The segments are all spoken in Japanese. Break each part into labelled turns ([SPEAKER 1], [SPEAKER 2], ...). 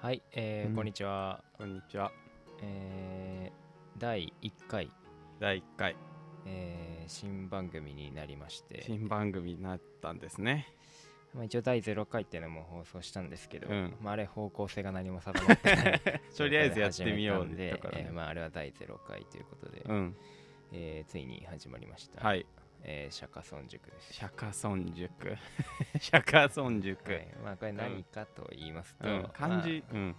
[SPEAKER 1] はい、えー
[SPEAKER 2] うん
[SPEAKER 1] こんにちは。
[SPEAKER 2] こんにちは。
[SPEAKER 1] えー第1回、
[SPEAKER 2] 第1回、
[SPEAKER 1] えー新番組になりまして、
[SPEAKER 2] 新番組になったんで すね。
[SPEAKER 1] まあ、一応第0回っていうのも放送したんですけど、
[SPEAKER 2] うん
[SPEAKER 1] まあ、あれ方向性が何も定まってない
[SPEAKER 2] とりあえずやってみよう
[SPEAKER 1] 状態
[SPEAKER 2] ね
[SPEAKER 1] で始めたん
[SPEAKER 2] だ
[SPEAKER 1] で、
[SPEAKER 2] からね
[SPEAKER 1] えーまあ、あれは第0回ということで、
[SPEAKER 2] うん。
[SPEAKER 1] えーついに始まりました。
[SPEAKER 2] はい。
[SPEAKER 1] えー釈迦村塾です。
[SPEAKER 2] 釈迦 村塾。釈迦村塾。
[SPEAKER 1] はいまあ、これ何かと言いますと、
[SPEAKER 2] うん。漢字、うん。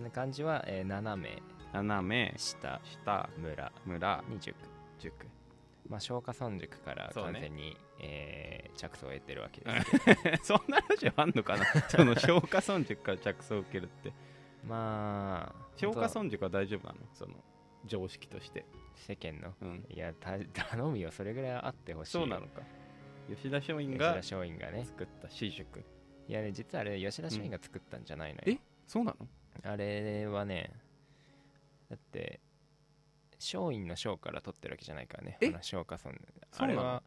[SPEAKER 1] まあ漢字は、えー斜め
[SPEAKER 2] 斜め、
[SPEAKER 1] 下
[SPEAKER 2] 下、
[SPEAKER 1] 村
[SPEAKER 2] 村、
[SPEAKER 1] に塾。
[SPEAKER 2] 塾。
[SPEAKER 1] まあ、消化村塾から
[SPEAKER 2] そうね
[SPEAKER 1] 完全に、えー着想を得てるわけですけど
[SPEAKER 2] そんな話あんの かなその消化村塾から着想を受けるって。
[SPEAKER 1] まあ
[SPEAKER 2] 消化
[SPEAKER 1] 本
[SPEAKER 2] 村塾は大丈夫なのその常識として。
[SPEAKER 1] 当世間の
[SPEAKER 2] うん。
[SPEAKER 1] いやた頼むよそれぐらいあってほしい
[SPEAKER 2] そうなのか。吉田松陰
[SPEAKER 1] 吉
[SPEAKER 2] が
[SPEAKER 1] 田松陰がね
[SPEAKER 2] 作った私塾。
[SPEAKER 1] いやね実はあれ吉田松陰が作ったんじゃないの
[SPEAKER 2] うん
[SPEAKER 1] よ、
[SPEAKER 2] そうなの
[SPEAKER 1] あれはねだって松陰の松から取ってるわけじゃないからね
[SPEAKER 2] え
[SPEAKER 1] あの松下村
[SPEAKER 2] そう
[SPEAKER 1] あ
[SPEAKER 2] な
[SPEAKER 1] れ
[SPEAKER 2] の
[SPEAKER 1] は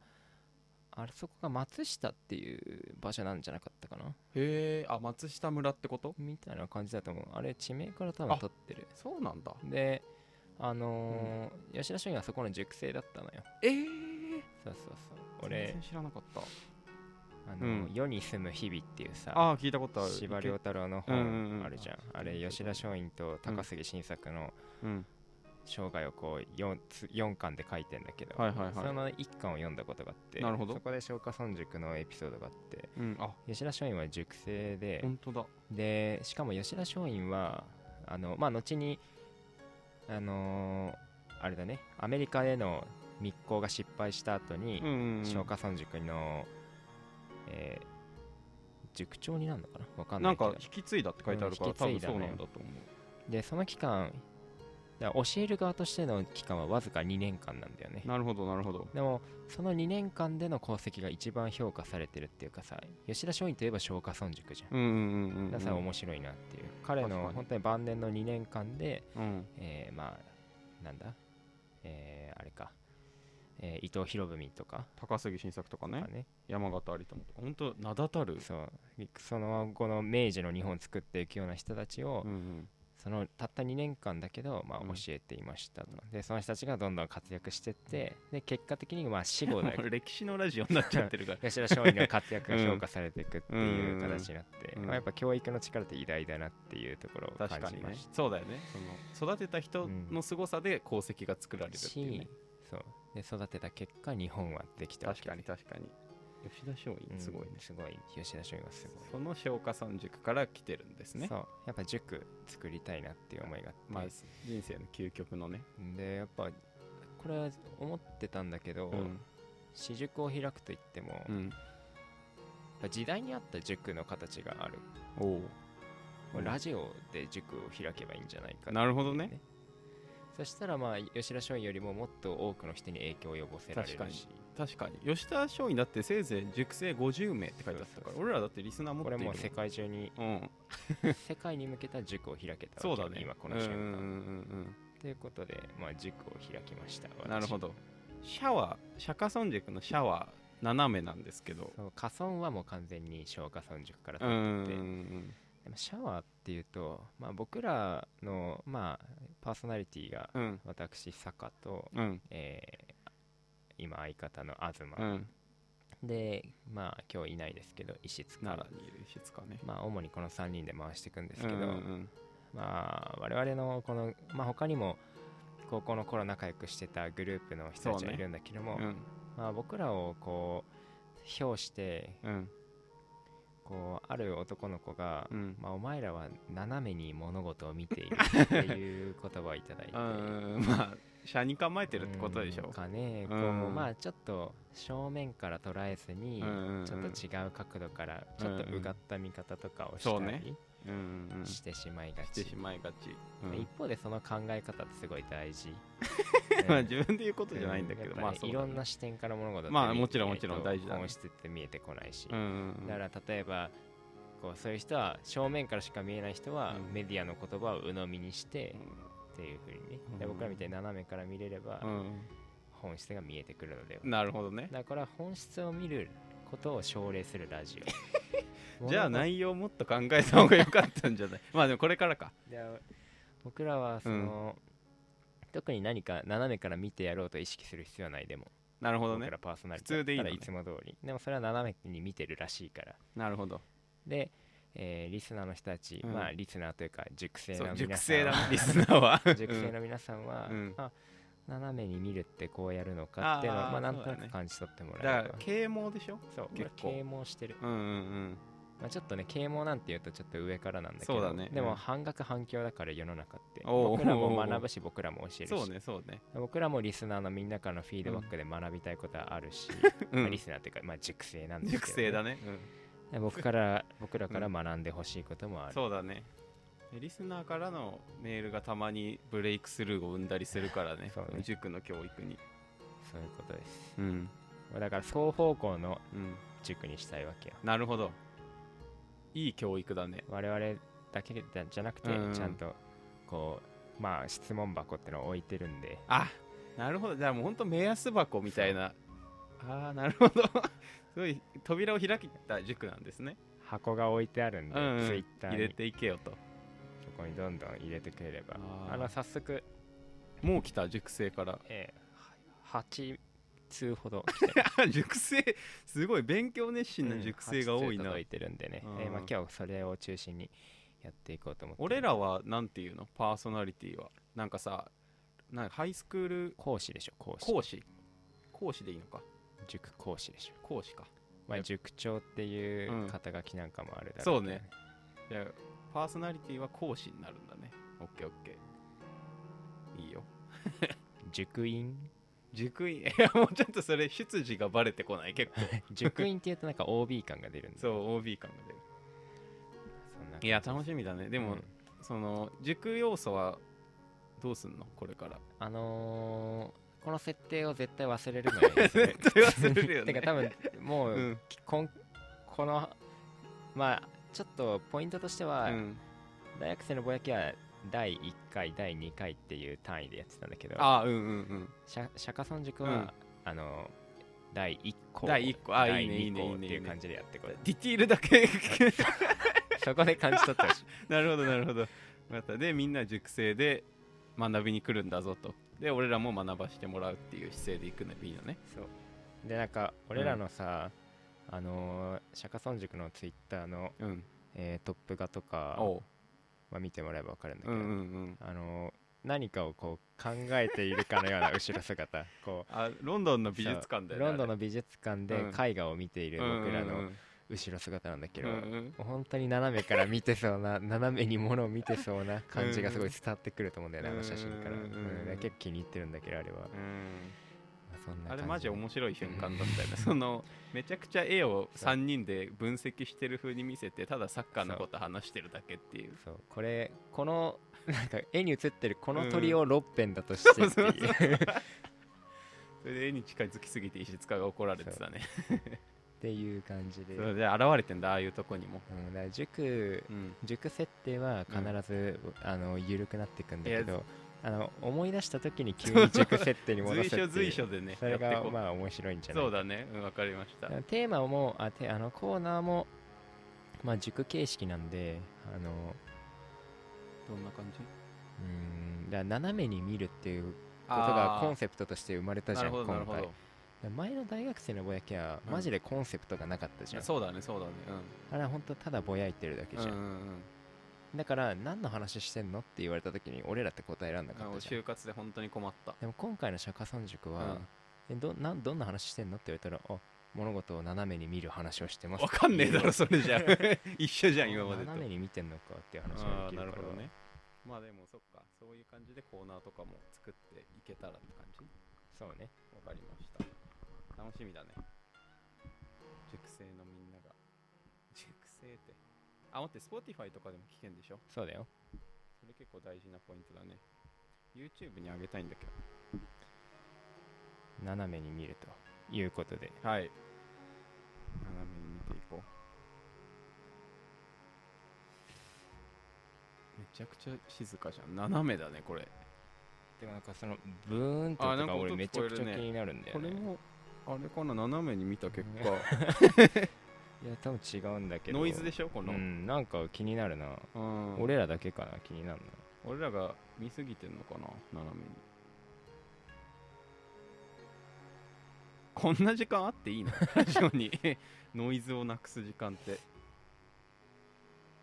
[SPEAKER 1] あれそこが松下っていう場所なんじゃなかったかな
[SPEAKER 2] へえ、あ、松下村ってこと
[SPEAKER 1] みたいな感じだと思うあれ地名から多分
[SPEAKER 2] あ
[SPEAKER 1] 取ってる
[SPEAKER 2] そうなんだ。
[SPEAKER 1] であのー吉田松陰はそこの塾生だったのよ
[SPEAKER 2] ええ。
[SPEAKER 1] そうそうそう
[SPEAKER 2] 全
[SPEAKER 1] 俺
[SPEAKER 2] 然知らなかった
[SPEAKER 1] あの、
[SPEAKER 2] うん
[SPEAKER 1] 世に住む日々っていうさ
[SPEAKER 2] ああ聞いたことある
[SPEAKER 1] 司馬遼太郎の
[SPEAKER 2] うんうんう
[SPEAKER 1] 本
[SPEAKER 2] ん
[SPEAKER 1] あるじゃん,、
[SPEAKER 2] あ
[SPEAKER 1] あれ吉田松陰と高杉晋作の
[SPEAKER 2] うん
[SPEAKER 1] 生涯をこう 4, つ四巻で書いてんだけど、
[SPEAKER 2] はいはいはい
[SPEAKER 1] その1巻を読んだことがあって
[SPEAKER 2] なるほど
[SPEAKER 1] そこで松下村塾のエピソードがあって
[SPEAKER 2] うんあ
[SPEAKER 1] 吉田松陰は塾生で、
[SPEAKER 2] 本当だ
[SPEAKER 1] でしかも吉田松陰はあのまあ後にあのーあれだねアメリカへの密航が失敗した後に、
[SPEAKER 2] うんうんうん
[SPEAKER 1] 松下村塾の、えー塾長になるのかなわかんな
[SPEAKER 2] ないん
[SPEAKER 1] けど
[SPEAKER 2] か引き継いだって書いてあるから
[SPEAKER 1] うん
[SPEAKER 2] 多
[SPEAKER 1] 引
[SPEAKER 2] 分
[SPEAKER 1] き継
[SPEAKER 2] そ
[SPEAKER 1] いだ
[SPEAKER 2] う
[SPEAKER 1] ね
[SPEAKER 2] なんだと思う
[SPEAKER 1] でその期間だから教える側としての期間はわずか2年間なんだよね
[SPEAKER 2] なるほどなるほど
[SPEAKER 1] でもその2年間での功績が一番評価されてるっていうかさ吉田松陰といえば松下村塾じゃん
[SPEAKER 2] うんうんうんうん
[SPEAKER 1] だからさ面白いなっていう彼
[SPEAKER 2] 確か
[SPEAKER 1] の
[SPEAKER 2] に
[SPEAKER 1] 本当に晩年の2年間で
[SPEAKER 2] うん
[SPEAKER 1] えーまあなんだえーあれか、えー伊藤博文とか
[SPEAKER 2] 高杉晋作とか
[SPEAKER 1] と
[SPEAKER 2] ね
[SPEAKER 1] かね
[SPEAKER 2] 山形有朋とか本当名だたる
[SPEAKER 1] そうその後の明治の日本を作っていくような人たちを、
[SPEAKER 2] うんうん
[SPEAKER 1] そのたった2年間だけど、まあ、
[SPEAKER 2] うん
[SPEAKER 1] 教えていましたと、でその人たちがどんどん活躍してって、で結果的にまあ死後だ
[SPEAKER 2] 歴史のラジオになっちゃってるから
[SPEAKER 1] 吉田松陰の活躍が評価されていくって
[SPEAKER 2] う
[SPEAKER 1] い
[SPEAKER 2] ん
[SPEAKER 1] う形になって、
[SPEAKER 2] うん
[SPEAKER 1] まあ、やっぱ教育の力って偉大だなっていうところを感
[SPEAKER 2] 確か
[SPEAKER 1] じ
[SPEAKER 2] に
[SPEAKER 1] ま
[SPEAKER 2] ね
[SPEAKER 1] し
[SPEAKER 2] そうだよねその育てた人の凄さで功績が作られ
[SPEAKER 1] た
[SPEAKER 2] るっ
[SPEAKER 1] して
[SPEAKER 2] いうね、
[SPEAKER 1] そうで育てた結果日本はできたわけ
[SPEAKER 2] 確かに確かに吉田松
[SPEAKER 1] う
[SPEAKER 2] 陰
[SPEAKER 1] ん
[SPEAKER 2] すごいね
[SPEAKER 1] すごい吉田松陰はすごい
[SPEAKER 2] その松下村塾から来てるんですね
[SPEAKER 1] そうやっぱ塾作りたいなっていう思いがあって、
[SPEAKER 2] まあ人生の究極のね
[SPEAKER 1] でやっぱこれは思ってたんだけど、
[SPEAKER 2] うん
[SPEAKER 1] 私塾を開くといっても、
[SPEAKER 2] う
[SPEAKER 1] やっ
[SPEAKER 2] ん
[SPEAKER 1] ぱ時代に合った塾の形がある、
[SPEAKER 2] おお
[SPEAKER 1] もうラジオで塾を開けばいいんじゃないかっていう
[SPEAKER 2] なるほどね
[SPEAKER 1] そしたらまあ吉田松陰よりももっと多くの人に影響を及ぼせられ
[SPEAKER 2] 確か
[SPEAKER 1] る
[SPEAKER 2] に
[SPEAKER 1] し
[SPEAKER 2] 確かに吉田松陰だってせいぜい塾生50名って書いてあった
[SPEAKER 1] そうそ
[SPEAKER 2] か
[SPEAKER 1] う
[SPEAKER 2] ら
[SPEAKER 1] そう
[SPEAKER 2] 俺らだってリスナー持っ
[SPEAKER 1] こ
[SPEAKER 2] て
[SPEAKER 1] れ
[SPEAKER 2] いる
[SPEAKER 1] もう世界中 に
[SPEAKER 2] うん
[SPEAKER 1] 世界に向けた塾を開けた
[SPEAKER 2] そ
[SPEAKER 1] わ
[SPEAKER 2] う
[SPEAKER 1] け
[SPEAKER 2] だ
[SPEAKER 1] よ
[SPEAKER 2] ね
[SPEAKER 1] 今この瞬
[SPEAKER 2] うんうん
[SPEAKER 1] 間
[SPEAKER 2] うん
[SPEAKER 1] ということでまあ塾を開きました
[SPEAKER 2] うんなるほ
[SPEAKER 1] ど
[SPEAKER 2] どシャワー釈迦尊塾のシャワー斜めなんですけど
[SPEAKER 1] そう仮尊はもう完全に松下村塾から
[SPEAKER 2] うんうん
[SPEAKER 1] 取ってて
[SPEAKER 2] うん
[SPEAKER 1] でもシャワーっていうと、まあ、僕らの、まあ、パーソナリティが
[SPEAKER 2] うん
[SPEAKER 1] 私坂と、
[SPEAKER 2] うん
[SPEAKER 1] えー今相方の東、
[SPEAKER 2] うん
[SPEAKER 1] でまあ今日いないですけど石塚
[SPEAKER 2] 奈良にいる石塚ね
[SPEAKER 1] まあ主にこの3人で回していくんですけど、
[SPEAKER 2] うんうん
[SPEAKER 1] まあ我々のこの、まあ、他にも高校の頃仲良くしてたグループの人たちがいるんだけども、
[SPEAKER 2] うん
[SPEAKER 1] まあ、僕らをこう評して
[SPEAKER 2] うん
[SPEAKER 1] こうある男の子が、
[SPEAKER 2] うん
[SPEAKER 1] まあ、お前らは斜めに物事を見てい るっていう言葉をいただいて
[SPEAKER 2] うんまあ車に構えてるってことでし
[SPEAKER 1] うん
[SPEAKER 2] ょ
[SPEAKER 1] かねこう、
[SPEAKER 2] うん
[SPEAKER 1] まあちょっと正面から捉えずに、
[SPEAKER 2] うん
[SPEAKER 1] ちょっと違う角度からちょっとうがった見方とかをし
[SPEAKER 2] そう
[SPEAKER 1] た
[SPEAKER 2] ね
[SPEAKER 1] り
[SPEAKER 2] うんうんうんし
[SPEAKER 1] してしまいがち、
[SPEAKER 2] てしまいがちう
[SPEAKER 1] で
[SPEAKER 2] ん
[SPEAKER 1] 一方でその考え方ってすごい大事
[SPEAKER 2] まあ
[SPEAKER 1] うん
[SPEAKER 2] 自分で言うことじゃないんだけ
[SPEAKER 1] う
[SPEAKER 2] ど、
[SPEAKER 1] やっぱ
[SPEAKER 2] まあ
[SPEAKER 1] ね
[SPEAKER 2] そう
[SPEAKER 1] い
[SPEAKER 2] だ
[SPEAKER 1] ろ
[SPEAKER 2] ね
[SPEAKER 1] んな視点から物事って
[SPEAKER 2] まあ
[SPEAKER 1] 見
[SPEAKER 2] もちろん
[SPEAKER 1] 見て
[SPEAKER 2] もちろん
[SPEAKER 1] ないと
[SPEAKER 2] 大事だね
[SPEAKER 1] 本質って見えてこないし、
[SPEAKER 2] うんうんうん
[SPEAKER 1] だから例えばこうそういう人は正面からしか見えない人は
[SPEAKER 2] うん
[SPEAKER 1] メディアの言葉を鵜呑みにしてっていうふうにねで
[SPEAKER 2] うん
[SPEAKER 1] 僕らみたいに斜めから見れれば
[SPEAKER 2] うん
[SPEAKER 1] 本質が見えてくるのでは
[SPEAKER 2] うんなるほどね
[SPEAKER 1] だから本質を見ることを奨励するラジ
[SPEAKER 2] じゃあ
[SPEAKER 1] い
[SPEAKER 2] 内容もっと考えた方が良かったんじゃない まあでもこれからか
[SPEAKER 1] や僕らはその、特に何か斜めから見てやろうと意識する必要はないでも
[SPEAKER 2] なるほど
[SPEAKER 1] 僕
[SPEAKER 2] ね
[SPEAKER 1] らパーソナリテ
[SPEAKER 2] 普通でい
[SPEAKER 1] ィ
[SPEAKER 2] い
[SPEAKER 1] だ
[SPEAKER 2] の
[SPEAKER 1] った
[SPEAKER 2] ね
[SPEAKER 1] らいつも通りでもそれは斜めに見てるらしいから
[SPEAKER 2] なるほど
[SPEAKER 1] で、えーリスナーの人たち、
[SPEAKER 2] うん
[SPEAKER 1] まあリスナーというか熟成
[SPEAKER 2] そ
[SPEAKER 1] の
[SPEAKER 2] う
[SPEAKER 1] 皆さん
[SPEAKER 2] 熟成 だねリスナーは
[SPEAKER 1] 熟成
[SPEAKER 2] うん
[SPEAKER 1] の皆さんは、
[SPEAKER 2] うん
[SPEAKER 1] あ斜めに見るってこうやるのかっていうのを
[SPEAKER 2] あー
[SPEAKER 1] まあなんと
[SPEAKER 2] そ
[SPEAKER 1] な
[SPEAKER 2] うだね
[SPEAKER 1] く感じ取っても
[SPEAKER 2] だから
[SPEAKER 1] え
[SPEAKER 2] ら
[SPEAKER 1] れば
[SPEAKER 2] 啓蒙でしょ
[SPEAKER 1] そう
[SPEAKER 2] 結構
[SPEAKER 1] これ啓蒙してる、
[SPEAKER 2] うんうん
[SPEAKER 1] まあ、ちょっとね啓蒙なんて言うとちょっと上からなんだけど
[SPEAKER 2] そうだね
[SPEAKER 1] で
[SPEAKER 2] う
[SPEAKER 1] も
[SPEAKER 2] ん
[SPEAKER 1] 半額反響だから世の中って
[SPEAKER 2] おう
[SPEAKER 1] 僕ら
[SPEAKER 2] おう
[SPEAKER 1] も
[SPEAKER 2] おう
[SPEAKER 1] 学ぶし僕らも教え
[SPEAKER 2] うん
[SPEAKER 1] るし
[SPEAKER 2] そうねそうね
[SPEAKER 1] 僕らもリスナーのみんなからのフィードバックで学びたいことはあるし、
[SPEAKER 2] う
[SPEAKER 1] まあ、リ
[SPEAKER 2] ん
[SPEAKER 1] スナーっていうか、まあ、熟成なんですけど、
[SPEAKER 2] 熟成だね
[SPEAKER 1] で僕から僕らから
[SPEAKER 2] うん
[SPEAKER 1] 学んでほしいこともあ
[SPEAKER 2] うん
[SPEAKER 1] る、
[SPEAKER 2] そうだねでリスナーからのメールがたまにブレイクスルーを生んだりするからね
[SPEAKER 1] そうね
[SPEAKER 2] 塾の教育に
[SPEAKER 1] そういうことです
[SPEAKER 2] うん
[SPEAKER 1] まあだから双方向の
[SPEAKER 2] うん
[SPEAKER 1] 塾にしたいわけよ
[SPEAKER 2] なるほどいい教育だね
[SPEAKER 1] 我々だけだじゃなくて、
[SPEAKER 2] うん
[SPEAKER 1] ちゃんとこうまあ質問箱ってのを置いてるんで
[SPEAKER 2] あなるほどじゃあもうほんと目安箱みたいなあーなるほど すごい扉を開きた塾なんですね
[SPEAKER 1] 箱が置いてあるんで、
[SPEAKER 2] うんうん
[SPEAKER 1] ツイッタ
[SPEAKER 2] 入
[SPEAKER 1] ー
[SPEAKER 2] れ
[SPEAKER 1] に
[SPEAKER 2] ていけよと
[SPEAKER 1] そこにどんどん入れてくれれば
[SPEAKER 2] あー
[SPEAKER 1] あの早速、
[SPEAKER 2] もう来た塾生から
[SPEAKER 1] えー、8通ほど 来て
[SPEAKER 2] 塾生すごい勉強熱心な塾生が多い
[SPEAKER 1] うん8通
[SPEAKER 2] な、
[SPEAKER 1] 届いてるんでね、
[SPEAKER 2] うん
[SPEAKER 1] えーまあ、今日それを中心にやっていこうと思って
[SPEAKER 2] 俺らはなんていうのパーソナリティはなんかさなんかハイスクール
[SPEAKER 1] 講師でしょ講師
[SPEAKER 2] 講師講師でいいのか
[SPEAKER 1] 塾講師でしょ
[SPEAKER 2] 講師か
[SPEAKER 1] ま
[SPEAKER 2] や
[SPEAKER 1] あ
[SPEAKER 2] っぱ
[SPEAKER 1] 塾長っていううん肩書きなんかもあるだ
[SPEAKER 2] そ
[SPEAKER 1] ろ
[SPEAKER 2] う
[SPEAKER 1] けど
[SPEAKER 2] ねいやパーソナリティは講師になるんだねオッケーオッケーいいよ
[SPEAKER 1] 塾員
[SPEAKER 2] 塾員 いやもうちょっとそれ出自がバレてこない 結構
[SPEAKER 1] 塾員っていうとなんか OB 感が出るんで
[SPEAKER 2] そうう OB 感が出るい
[SPEAKER 1] い
[SPEAKER 2] や楽しみだねで
[SPEAKER 1] で
[SPEAKER 2] も、その塾要素はどうすんのこれから
[SPEAKER 1] あのーこの設定を絶対忘れる のよ絶
[SPEAKER 2] 絶対忘れるよ ね
[SPEAKER 1] てか多分もう、
[SPEAKER 2] うん
[SPEAKER 1] こんこのまあちょっとポイントとしては、
[SPEAKER 2] うん
[SPEAKER 1] 大学生のぼやきは第1回第2回っていう単位でやってたんだけど
[SPEAKER 2] ああうんうんうん
[SPEAKER 1] 釈迦村塾
[SPEAKER 2] うん
[SPEAKER 1] は、あの第1項
[SPEAKER 2] 第一項あ
[SPEAKER 1] 第
[SPEAKER 2] いいね
[SPEAKER 1] 二項
[SPEAKER 2] いいね
[SPEAKER 1] って
[SPEAKER 2] いいねい
[SPEAKER 1] い
[SPEAKER 2] いね
[SPEAKER 1] う感じでやってこう
[SPEAKER 2] ディティールだ け
[SPEAKER 1] そこで感じ取ってほしい
[SPEAKER 2] なるほどなるほどまたでみんな塾生で学びに来るんだぞとで俺らも学ばしてもらうっていう姿勢でいくのいいのね
[SPEAKER 1] そうでなんか俺らのさ、あのー釈迦村塾のツイッターの、
[SPEAKER 2] うん
[SPEAKER 1] えートップ画とか、
[SPEAKER 2] おう
[SPEAKER 1] まあ、見てもらえば分かるんだけ
[SPEAKER 2] う
[SPEAKER 1] ど、
[SPEAKER 2] んうんうん
[SPEAKER 1] あのー何かをこう考えているかの ような後ろ姿こう
[SPEAKER 2] あロンドンの美術館
[SPEAKER 1] そ
[SPEAKER 2] だ
[SPEAKER 1] う
[SPEAKER 2] よね
[SPEAKER 1] ロンドンの美術館で
[SPEAKER 2] うん
[SPEAKER 1] 絵画を見ている僕ら
[SPEAKER 2] うんうんう
[SPEAKER 1] の
[SPEAKER 2] ん
[SPEAKER 1] 後ろ姿なんだけど、
[SPEAKER 2] うんうん
[SPEAKER 1] もう本当に斜めから見てそう な斜めに物を見てそうな感じがすごい伝わってくると思うんだよね、あの写真から、
[SPEAKER 2] う
[SPEAKER 1] うんん
[SPEAKER 2] うんうんうん
[SPEAKER 1] 結構気に入ってるんだけどあれは、ま
[SPEAKER 2] うん
[SPEAKER 1] あ、そんな
[SPEAKER 2] あ
[SPEAKER 1] 感
[SPEAKER 2] れ
[SPEAKER 1] じ
[SPEAKER 2] マジ面白い瞬間だっ たよねそのめちゃくちゃ絵を3人で分析してる風に見せてただサッカーのこと話してるだけっていう
[SPEAKER 1] そうこれこの なんか絵に写ってるこの鳥をロッペンだとしてっていう
[SPEAKER 2] それで絵に近づきすぎて石塚が怒られてたね
[SPEAKER 1] っていう感じで、
[SPEAKER 2] それ
[SPEAKER 1] うん、
[SPEAKER 2] で現れてんだああいうとこにも、
[SPEAKER 1] だから塾
[SPEAKER 2] うん、
[SPEAKER 1] 塾設定は必ず、あの緩くなっていくんだけ
[SPEAKER 2] い
[SPEAKER 1] どあの思い出した時に急に塾設定に戻
[SPEAKER 2] 随
[SPEAKER 1] すってい
[SPEAKER 2] 所
[SPEAKER 1] う
[SPEAKER 2] 随所でね
[SPEAKER 1] それ
[SPEAKER 2] やって
[SPEAKER 1] が
[SPEAKER 2] こう、
[SPEAKER 1] まあ面白いんじゃない
[SPEAKER 2] そう
[SPEAKER 1] か
[SPEAKER 2] だねうんわかりました
[SPEAKER 1] テーマもあてあのコーナーも、まあ、塾形式なんであの
[SPEAKER 2] どんな感じ
[SPEAKER 1] うーんだから斜めに見るっていうこと
[SPEAKER 2] あ
[SPEAKER 1] が
[SPEAKER 2] ー
[SPEAKER 1] コンセプトとして生まれたじ
[SPEAKER 2] な
[SPEAKER 1] ゃ
[SPEAKER 2] る
[SPEAKER 1] ん今
[SPEAKER 2] ほどなる
[SPEAKER 1] 回
[SPEAKER 2] ほど
[SPEAKER 1] だから前の大学生のぼやきは
[SPEAKER 2] うん
[SPEAKER 1] マジでコンセプトがなかったじゃん、
[SPEAKER 2] そうだねそうだね
[SPEAKER 1] あれは本当ただぼやいてるだけ
[SPEAKER 2] うん、う
[SPEAKER 1] じ
[SPEAKER 2] ん
[SPEAKER 1] ゃ
[SPEAKER 2] うん
[SPEAKER 1] ん、
[SPEAKER 2] うん
[SPEAKER 1] だから何の話してんのって言われた時に俺らって答えらんな
[SPEAKER 2] あ
[SPEAKER 1] かった
[SPEAKER 2] の
[SPEAKER 1] じゃん
[SPEAKER 2] 就活で本当に困った
[SPEAKER 1] でも今回の釈迦村塾は、えどなんどんな話してんのって言われたらあ物事を斜めに見る話をしてます
[SPEAKER 2] わかんねえだろ
[SPEAKER 1] い
[SPEAKER 2] それ じゃ一緒じゃん
[SPEAKER 1] いよ
[SPEAKER 2] 今までと
[SPEAKER 1] 斜めに見てんのかっていう話
[SPEAKER 2] あ
[SPEAKER 1] が
[SPEAKER 2] あ
[SPEAKER 1] でき
[SPEAKER 2] な
[SPEAKER 1] る
[SPEAKER 2] る
[SPEAKER 1] か
[SPEAKER 2] ほ
[SPEAKER 1] ら
[SPEAKER 2] どねまあでもそっかそういう感じでコーナーとかも作っていけたらって感じ
[SPEAKER 1] そうね
[SPEAKER 2] わかりました楽しみだね熟成のみんなが熟成ってあ待って Spotify とかでも聞けんでしょ
[SPEAKER 1] そうだよ
[SPEAKER 2] それ結構大事なポイントだね YouTube にあげたいんだけ
[SPEAKER 1] 斜めに見るということで
[SPEAKER 2] どはい斜めに見ていこうめちゃくちゃ静かじゃん斜めだねこれ
[SPEAKER 1] でもなんかそのブーンって
[SPEAKER 2] あ
[SPEAKER 1] 音
[SPEAKER 2] なんか
[SPEAKER 1] が
[SPEAKER 2] 音
[SPEAKER 1] 俺めちゃくちゃ
[SPEAKER 2] 聞こえるね
[SPEAKER 1] 気になるんだよ
[SPEAKER 2] これ
[SPEAKER 1] ね
[SPEAKER 2] もあれかな斜めに見た結果
[SPEAKER 1] いや多分違うんだけど
[SPEAKER 2] ノイズでしょこ
[SPEAKER 1] う
[SPEAKER 2] の、
[SPEAKER 1] んなんか気になるな、
[SPEAKER 2] うん俺
[SPEAKER 1] 俺らだけかな気になるな
[SPEAKER 2] 俺らが見すぎてんのかな斜めにこんな時間あっ ていいのラジオに ノイズをなくす時間って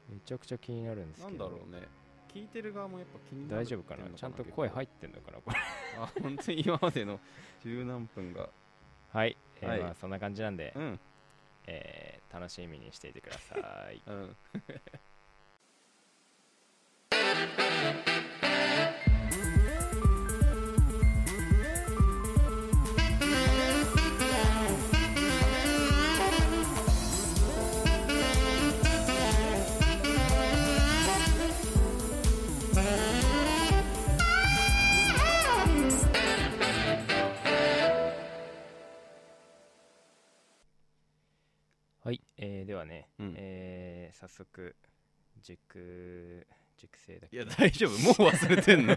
[SPEAKER 1] めちゃくちゃ気になるんです
[SPEAKER 2] な
[SPEAKER 1] け
[SPEAKER 2] ん
[SPEAKER 1] ど
[SPEAKER 2] だろうね聞いてる側もやっぱ気になる
[SPEAKER 1] 大丈夫かなちゃんと声入ってんのかなこれ
[SPEAKER 2] あ本当に今までの十何分が
[SPEAKER 1] はい、えー
[SPEAKER 2] はい
[SPEAKER 1] まあそんな感じなんで、
[SPEAKER 2] うん
[SPEAKER 1] えー楽しみにしていてください
[SPEAKER 2] うん
[SPEAKER 1] はい、えーではね、
[SPEAKER 2] うん
[SPEAKER 1] えー早速熟熟成だっ
[SPEAKER 2] い
[SPEAKER 1] け
[SPEAKER 2] や大丈夫もう忘れて んの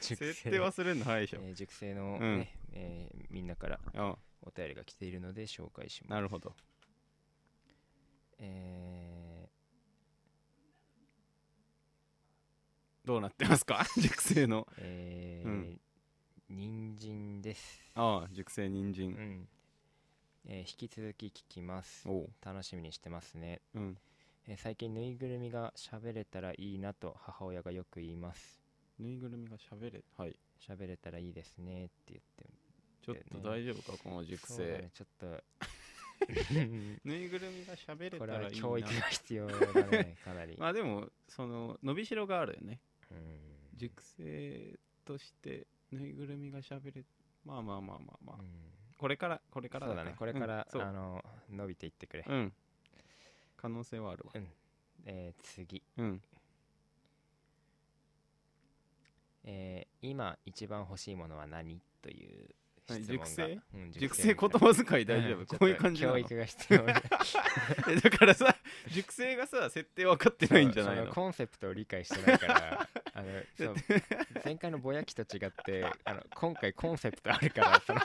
[SPEAKER 1] 熟
[SPEAKER 2] 設定忘れんの早いでしょ
[SPEAKER 1] えー熟成の、
[SPEAKER 2] うん
[SPEAKER 1] ね えーみんなから
[SPEAKER 2] うん
[SPEAKER 1] お便りが来ているので紹介します
[SPEAKER 2] なるほど
[SPEAKER 1] え
[SPEAKER 2] どうなってますか 熟成の
[SPEAKER 1] ーえ
[SPEAKER 2] う
[SPEAKER 1] ー
[SPEAKER 2] ん
[SPEAKER 1] 人参です
[SPEAKER 2] ああ熟成人
[SPEAKER 1] う
[SPEAKER 2] 参
[SPEAKER 1] ん、えー引き続き聞きます
[SPEAKER 2] おう
[SPEAKER 1] 楽しみにしてますね、
[SPEAKER 2] うん
[SPEAKER 1] えー最近ぬいぐるみが喋れたらいいなと母親がよく言います
[SPEAKER 2] ぬいぐるみが喋れはい
[SPEAKER 1] 喋れたらいいですねって言って
[SPEAKER 2] ちょっと大丈夫かこの熟
[SPEAKER 1] そうだ
[SPEAKER 2] 成
[SPEAKER 1] ねちょっ と
[SPEAKER 2] ぬいぐるみが喋れ
[SPEAKER 1] これ
[SPEAKER 2] たら
[SPEAKER 1] はい
[SPEAKER 2] いな
[SPEAKER 1] 教育が必要だねかなり、
[SPEAKER 2] まあでもその伸びしろがあるよね
[SPEAKER 1] うん
[SPEAKER 2] 熟成としてぬいぐるみが喋れまあまあまあまあまあ
[SPEAKER 1] うん
[SPEAKER 2] これからこれから
[SPEAKER 1] そうだねこれから、
[SPEAKER 2] うん、そ
[SPEAKER 1] あ
[SPEAKER 2] う
[SPEAKER 1] の伸びていってくれ、
[SPEAKER 2] うん可能性はあるわ
[SPEAKER 1] うんえー次、
[SPEAKER 2] うん
[SPEAKER 1] えー今一番欲しいものは何という質問が
[SPEAKER 2] はい熟成、
[SPEAKER 1] うん
[SPEAKER 2] 熟
[SPEAKER 1] み
[SPEAKER 2] 成
[SPEAKER 1] たい
[SPEAKER 2] 言葉遣い大丈
[SPEAKER 1] ん
[SPEAKER 2] 夫
[SPEAKER 1] ちょっと
[SPEAKER 2] こういう感じな
[SPEAKER 1] 教
[SPEAKER 2] の
[SPEAKER 1] 育が必要
[SPEAKER 2] えだからさ熟 成がさ設定分かってないんじゃない
[SPEAKER 1] そ
[SPEAKER 2] の
[SPEAKER 1] コンセプトを理解してないからあ のそう前回のぼやきと違ってあの今回コンセプトあるからその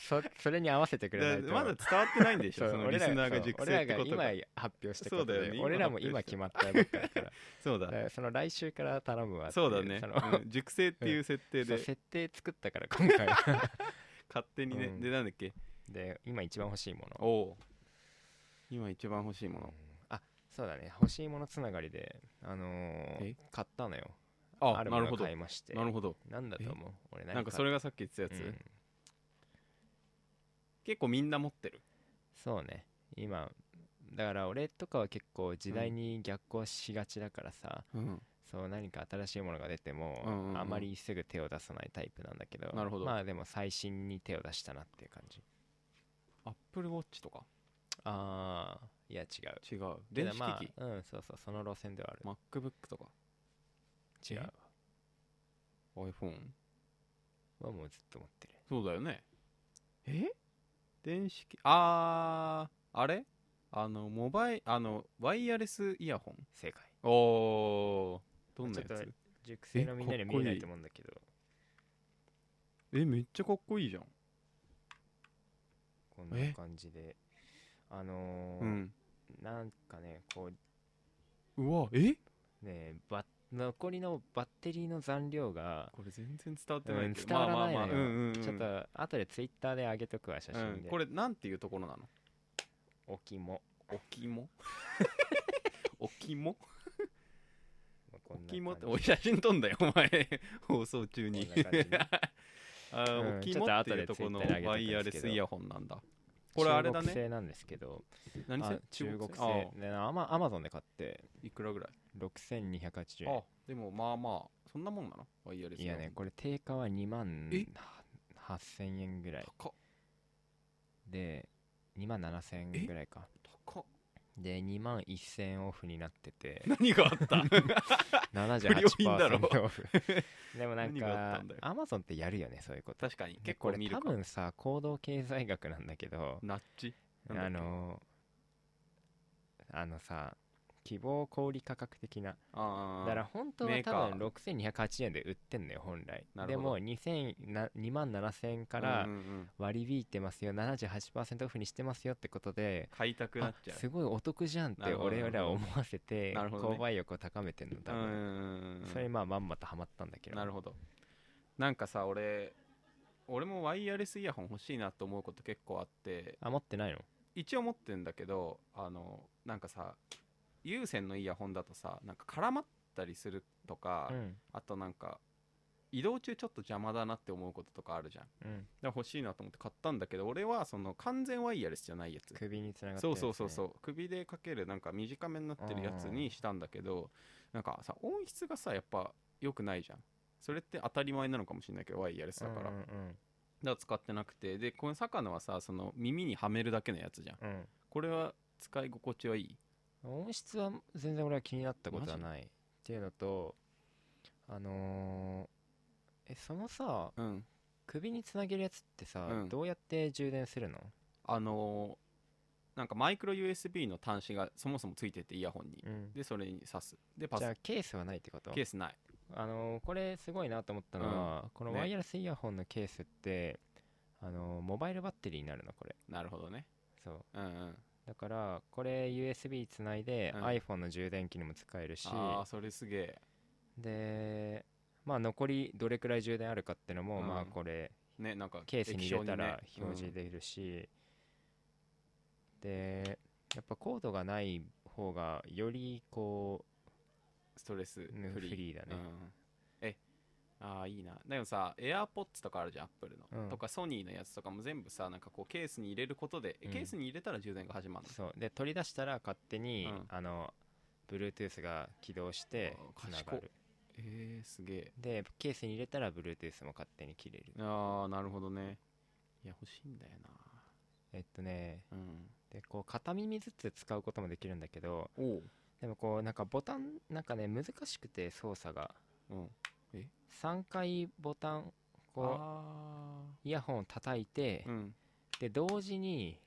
[SPEAKER 1] そそれに合わせてくれないと
[SPEAKER 2] だまだ伝わってないんでし
[SPEAKER 1] そう
[SPEAKER 2] ょそのリスナーが熟
[SPEAKER 1] 俺
[SPEAKER 2] 成
[SPEAKER 1] ら
[SPEAKER 2] って
[SPEAKER 1] が
[SPEAKER 2] こと
[SPEAKER 1] 今
[SPEAKER 2] が
[SPEAKER 1] 発表して
[SPEAKER 2] そうだよね今
[SPEAKER 1] 俺らも
[SPEAKER 2] 発
[SPEAKER 1] 今
[SPEAKER 2] 表して
[SPEAKER 1] 決まったばっかだ から
[SPEAKER 2] そう
[SPEAKER 1] だ
[SPEAKER 2] だ
[SPEAKER 1] からその来週から頼むわってい
[SPEAKER 2] そうだね
[SPEAKER 1] その、
[SPEAKER 2] うん熟成っていう設定
[SPEAKER 1] そう
[SPEAKER 2] で
[SPEAKER 1] 設定作ったから今回
[SPEAKER 2] 勝手にね
[SPEAKER 1] うん
[SPEAKER 2] でなんだっけ
[SPEAKER 1] で今一番欲しいもの
[SPEAKER 2] おお今一番欲しいもの
[SPEAKER 1] あそうだね欲しいものつながりであのー
[SPEAKER 2] え
[SPEAKER 1] 買ったのよ
[SPEAKER 2] あ
[SPEAKER 1] ある
[SPEAKER 2] な
[SPEAKER 1] もの
[SPEAKER 2] るほ
[SPEAKER 1] を
[SPEAKER 2] ど
[SPEAKER 1] 買いまして
[SPEAKER 2] なるほど
[SPEAKER 1] なんだと思う俺何
[SPEAKER 2] なんかそれがさっき言ってたやつ、
[SPEAKER 1] 買ったうん
[SPEAKER 2] 結構みんな持ってる
[SPEAKER 1] そうね今だから俺とかは結構時代に逆行しがちだからさ、
[SPEAKER 2] うん
[SPEAKER 1] そう何か新しいものが出ても、
[SPEAKER 2] うんうんうん
[SPEAKER 1] あまりすぐ手を出さないタイプなんだけど
[SPEAKER 2] なるほど
[SPEAKER 1] まあでも最新に手を出したなっていう感じ
[SPEAKER 2] アップルウォッチとか
[SPEAKER 1] ああいや違う
[SPEAKER 2] 違う電子機器、
[SPEAKER 1] けどまあうんそうそうその路線ではある、
[SPEAKER 2] MacBook とか
[SPEAKER 1] 違う
[SPEAKER 2] え iPhone
[SPEAKER 1] はもうずっと持ってる
[SPEAKER 2] そうだよねえ電子機あーあれあのモバイあのワイヤレスイヤホン
[SPEAKER 1] 正解
[SPEAKER 2] おおどんなや
[SPEAKER 1] ちょっ
[SPEAKER 2] つ
[SPEAKER 1] 熟成のみんなには見えな
[SPEAKER 2] えかっこい
[SPEAKER 1] い
[SPEAKER 2] い
[SPEAKER 1] と思うんだけど
[SPEAKER 2] えめっちゃかっこいいじゃん
[SPEAKER 1] こんな
[SPEAKER 2] え
[SPEAKER 1] 感じであのー
[SPEAKER 2] うん
[SPEAKER 1] なんかねこ
[SPEAKER 2] うわえ
[SPEAKER 1] うねバッ残りのバッテリーの残量が
[SPEAKER 2] これ全然伝わって
[SPEAKER 1] う
[SPEAKER 2] ない
[SPEAKER 1] ん
[SPEAKER 2] けど、
[SPEAKER 1] 伝わらない
[SPEAKER 2] まあまあ
[SPEAKER 1] の
[SPEAKER 2] まあ、うんうんう
[SPEAKER 1] よ
[SPEAKER 2] ん、
[SPEAKER 1] ちょっと後でツイッターで上げとくわ写
[SPEAKER 2] う
[SPEAKER 1] 真
[SPEAKER 2] ん、
[SPEAKER 1] で
[SPEAKER 2] これなんていうところなの
[SPEAKER 1] お肝
[SPEAKER 2] お 肝お肝
[SPEAKER 1] まあこ
[SPEAKER 2] お
[SPEAKER 1] んな
[SPEAKER 2] 肝って
[SPEAKER 1] 感
[SPEAKER 2] お
[SPEAKER 1] じ
[SPEAKER 2] 写真撮んだよお前 放送中に
[SPEAKER 1] こんな感じね
[SPEAKER 2] あー、
[SPEAKER 1] うん
[SPEAKER 2] お
[SPEAKER 1] ちょっと
[SPEAKER 2] 肝って
[SPEAKER 1] 後
[SPEAKER 2] い
[SPEAKER 1] で
[SPEAKER 2] うとこの
[SPEAKER 1] ツイッターに上げとくんですけど
[SPEAKER 2] ワイヤレスイヤホンなんだこれあれだ
[SPEAKER 1] 中国
[SPEAKER 2] ね
[SPEAKER 1] 製なんですけど
[SPEAKER 2] 何
[SPEAKER 1] あ
[SPEAKER 2] せ
[SPEAKER 1] 中国
[SPEAKER 2] 製あ
[SPEAKER 1] 製ねアマアマゾンで買って
[SPEAKER 2] ーいくらぐらい
[SPEAKER 1] 6280円
[SPEAKER 2] あでもまあまあそんなもんなのワイヤレス
[SPEAKER 1] い
[SPEAKER 2] イヤ
[SPEAKER 1] や
[SPEAKER 2] ホン
[SPEAKER 1] ねこれ定価は2万
[SPEAKER 2] え
[SPEAKER 1] 8000円ぐらい
[SPEAKER 2] 高っ
[SPEAKER 1] で2万7000円
[SPEAKER 2] え
[SPEAKER 1] ぐらいか
[SPEAKER 2] 高っ
[SPEAKER 1] で2万1000円オフになってて
[SPEAKER 2] 何があった不良品だろ
[SPEAKER 1] 78%オフでもなん
[SPEAKER 2] 何があっ
[SPEAKER 1] か
[SPEAKER 2] たんだよ
[SPEAKER 1] アマゾンってやるよねそういうこと
[SPEAKER 2] 確かに
[SPEAKER 1] で
[SPEAKER 2] 結
[SPEAKER 1] こ
[SPEAKER 2] 構
[SPEAKER 1] れ
[SPEAKER 2] 見る
[SPEAKER 1] 多
[SPEAKER 2] か
[SPEAKER 1] 分さ行動経済学なんだけど
[SPEAKER 2] ナッチなんだ
[SPEAKER 1] あ
[SPEAKER 2] っけ
[SPEAKER 1] のあのさ希望小売価格的な
[SPEAKER 2] あ
[SPEAKER 1] だ
[SPEAKER 2] あ
[SPEAKER 1] から本当は
[SPEAKER 2] メー
[SPEAKER 1] 多
[SPEAKER 2] カー
[SPEAKER 1] 分6280円で売ってんのよ本来
[SPEAKER 2] なる
[SPEAKER 1] で
[SPEAKER 2] ほど
[SPEAKER 1] も2000な2万7000円から
[SPEAKER 2] うんうんうん
[SPEAKER 1] 割り引いてますよ78%オフにしてますよってことで
[SPEAKER 2] 買いたく
[SPEAKER 1] あ
[SPEAKER 2] なっちゃう
[SPEAKER 1] すごいお得じゃんっ
[SPEAKER 2] な
[SPEAKER 1] て
[SPEAKER 2] るほど
[SPEAKER 1] 俺らは思わせて
[SPEAKER 2] なるほどね
[SPEAKER 1] 購買欲を高めてんの多
[SPEAKER 2] うん
[SPEAKER 1] 分
[SPEAKER 2] うんうん
[SPEAKER 1] それまあまんまとハマったんだけど
[SPEAKER 2] なるほどなんかさ俺俺もワイヤレスイヤホン欲しいなと思うこと結構あって
[SPEAKER 1] あ持ってないの
[SPEAKER 2] 一応持ってんだけどあのなんかさ有線のイヤホンだとさなんか絡まったりするとか、
[SPEAKER 1] うん
[SPEAKER 2] あとなんか移動中ちょっと邪魔だなって思うこととかあるじゃんだか
[SPEAKER 1] うん
[SPEAKER 2] ら欲しいなと思って買ったんだけど俺はその完全ワイヤレスじゃないやつ
[SPEAKER 1] 首につながって
[SPEAKER 2] そうそうそうそうう首でかけるなんか短めになってるやつにしたんだけどなんかさ音質がさやっぱ良くないじゃんそれって当たり前なのかもしれないけどワイヤレスだから、
[SPEAKER 1] ん
[SPEAKER 2] だか
[SPEAKER 1] うん
[SPEAKER 2] ら使ってなくてでこの坂野はさその耳にはめるだけのやつじゃん
[SPEAKER 1] うんうん
[SPEAKER 2] これは使い心地はいい
[SPEAKER 1] 音質は全然俺は気になったことはないっていうのとあのーえそのさ
[SPEAKER 2] うん
[SPEAKER 1] 首につなげるやつってさ、
[SPEAKER 2] うん
[SPEAKER 1] どうやって充電するの
[SPEAKER 2] あのーなんかマイクロ USB の端子がそもそもついててイヤホンに
[SPEAKER 1] うん
[SPEAKER 2] でそれに挿すでパス
[SPEAKER 1] じゃあケースはないってこと
[SPEAKER 2] ケースない
[SPEAKER 1] あのーこれすごいなと思ったのは、この
[SPEAKER 2] ね
[SPEAKER 1] ワイヤレスイヤホンのケースって、あのーモバイルバッテリーになるのこれ
[SPEAKER 2] なるほどね
[SPEAKER 1] そう
[SPEAKER 2] うんうん
[SPEAKER 1] だからこれ USB つないで、
[SPEAKER 2] うん
[SPEAKER 1] iPhone の充電器にも使えるし
[SPEAKER 2] ああそれすげえ
[SPEAKER 1] でまあ残りどれくらい充電あるかってのも、
[SPEAKER 2] うん
[SPEAKER 1] まあこれ
[SPEAKER 2] ねなんか
[SPEAKER 1] ケースに入れたら
[SPEAKER 2] 液晶にね
[SPEAKER 1] 表示できるし、でやっぱコードがない方がよりこ
[SPEAKER 2] ストレスフ
[SPEAKER 1] うん
[SPEAKER 2] リー
[SPEAKER 1] フリーだね
[SPEAKER 2] うんえああいいなでもさ AirPods とかあるじゃん Apple の、
[SPEAKER 1] うん
[SPEAKER 2] とかソニーのやつとかも全部さなんかこうケースに入れることで、え
[SPEAKER 1] うん
[SPEAKER 2] ケースに入れたら充電が始まる
[SPEAKER 1] うそうで取り出したら勝手に、
[SPEAKER 2] うん
[SPEAKER 1] あの Bluetooth が起動して
[SPEAKER 2] あ
[SPEAKER 1] つ
[SPEAKER 2] ー
[SPEAKER 1] な
[SPEAKER 2] 賢
[SPEAKER 1] が
[SPEAKER 2] っ
[SPEAKER 1] る
[SPEAKER 2] えー、すげえ
[SPEAKER 1] でケースに入れたら Bluetooth も勝手に切れる
[SPEAKER 2] ああなるほどねいや欲しいんだよ
[SPEAKER 1] えっとね
[SPEAKER 2] なうん
[SPEAKER 1] でこう片耳ずつ使うこともできるんだけど
[SPEAKER 2] おう
[SPEAKER 1] でもこうなんかボタンなんかね難しくて操作が
[SPEAKER 2] うん
[SPEAKER 1] 3回ボタンこ
[SPEAKER 2] あ
[SPEAKER 1] うイヤホンを叩いて、
[SPEAKER 2] ーうん
[SPEAKER 1] で同時に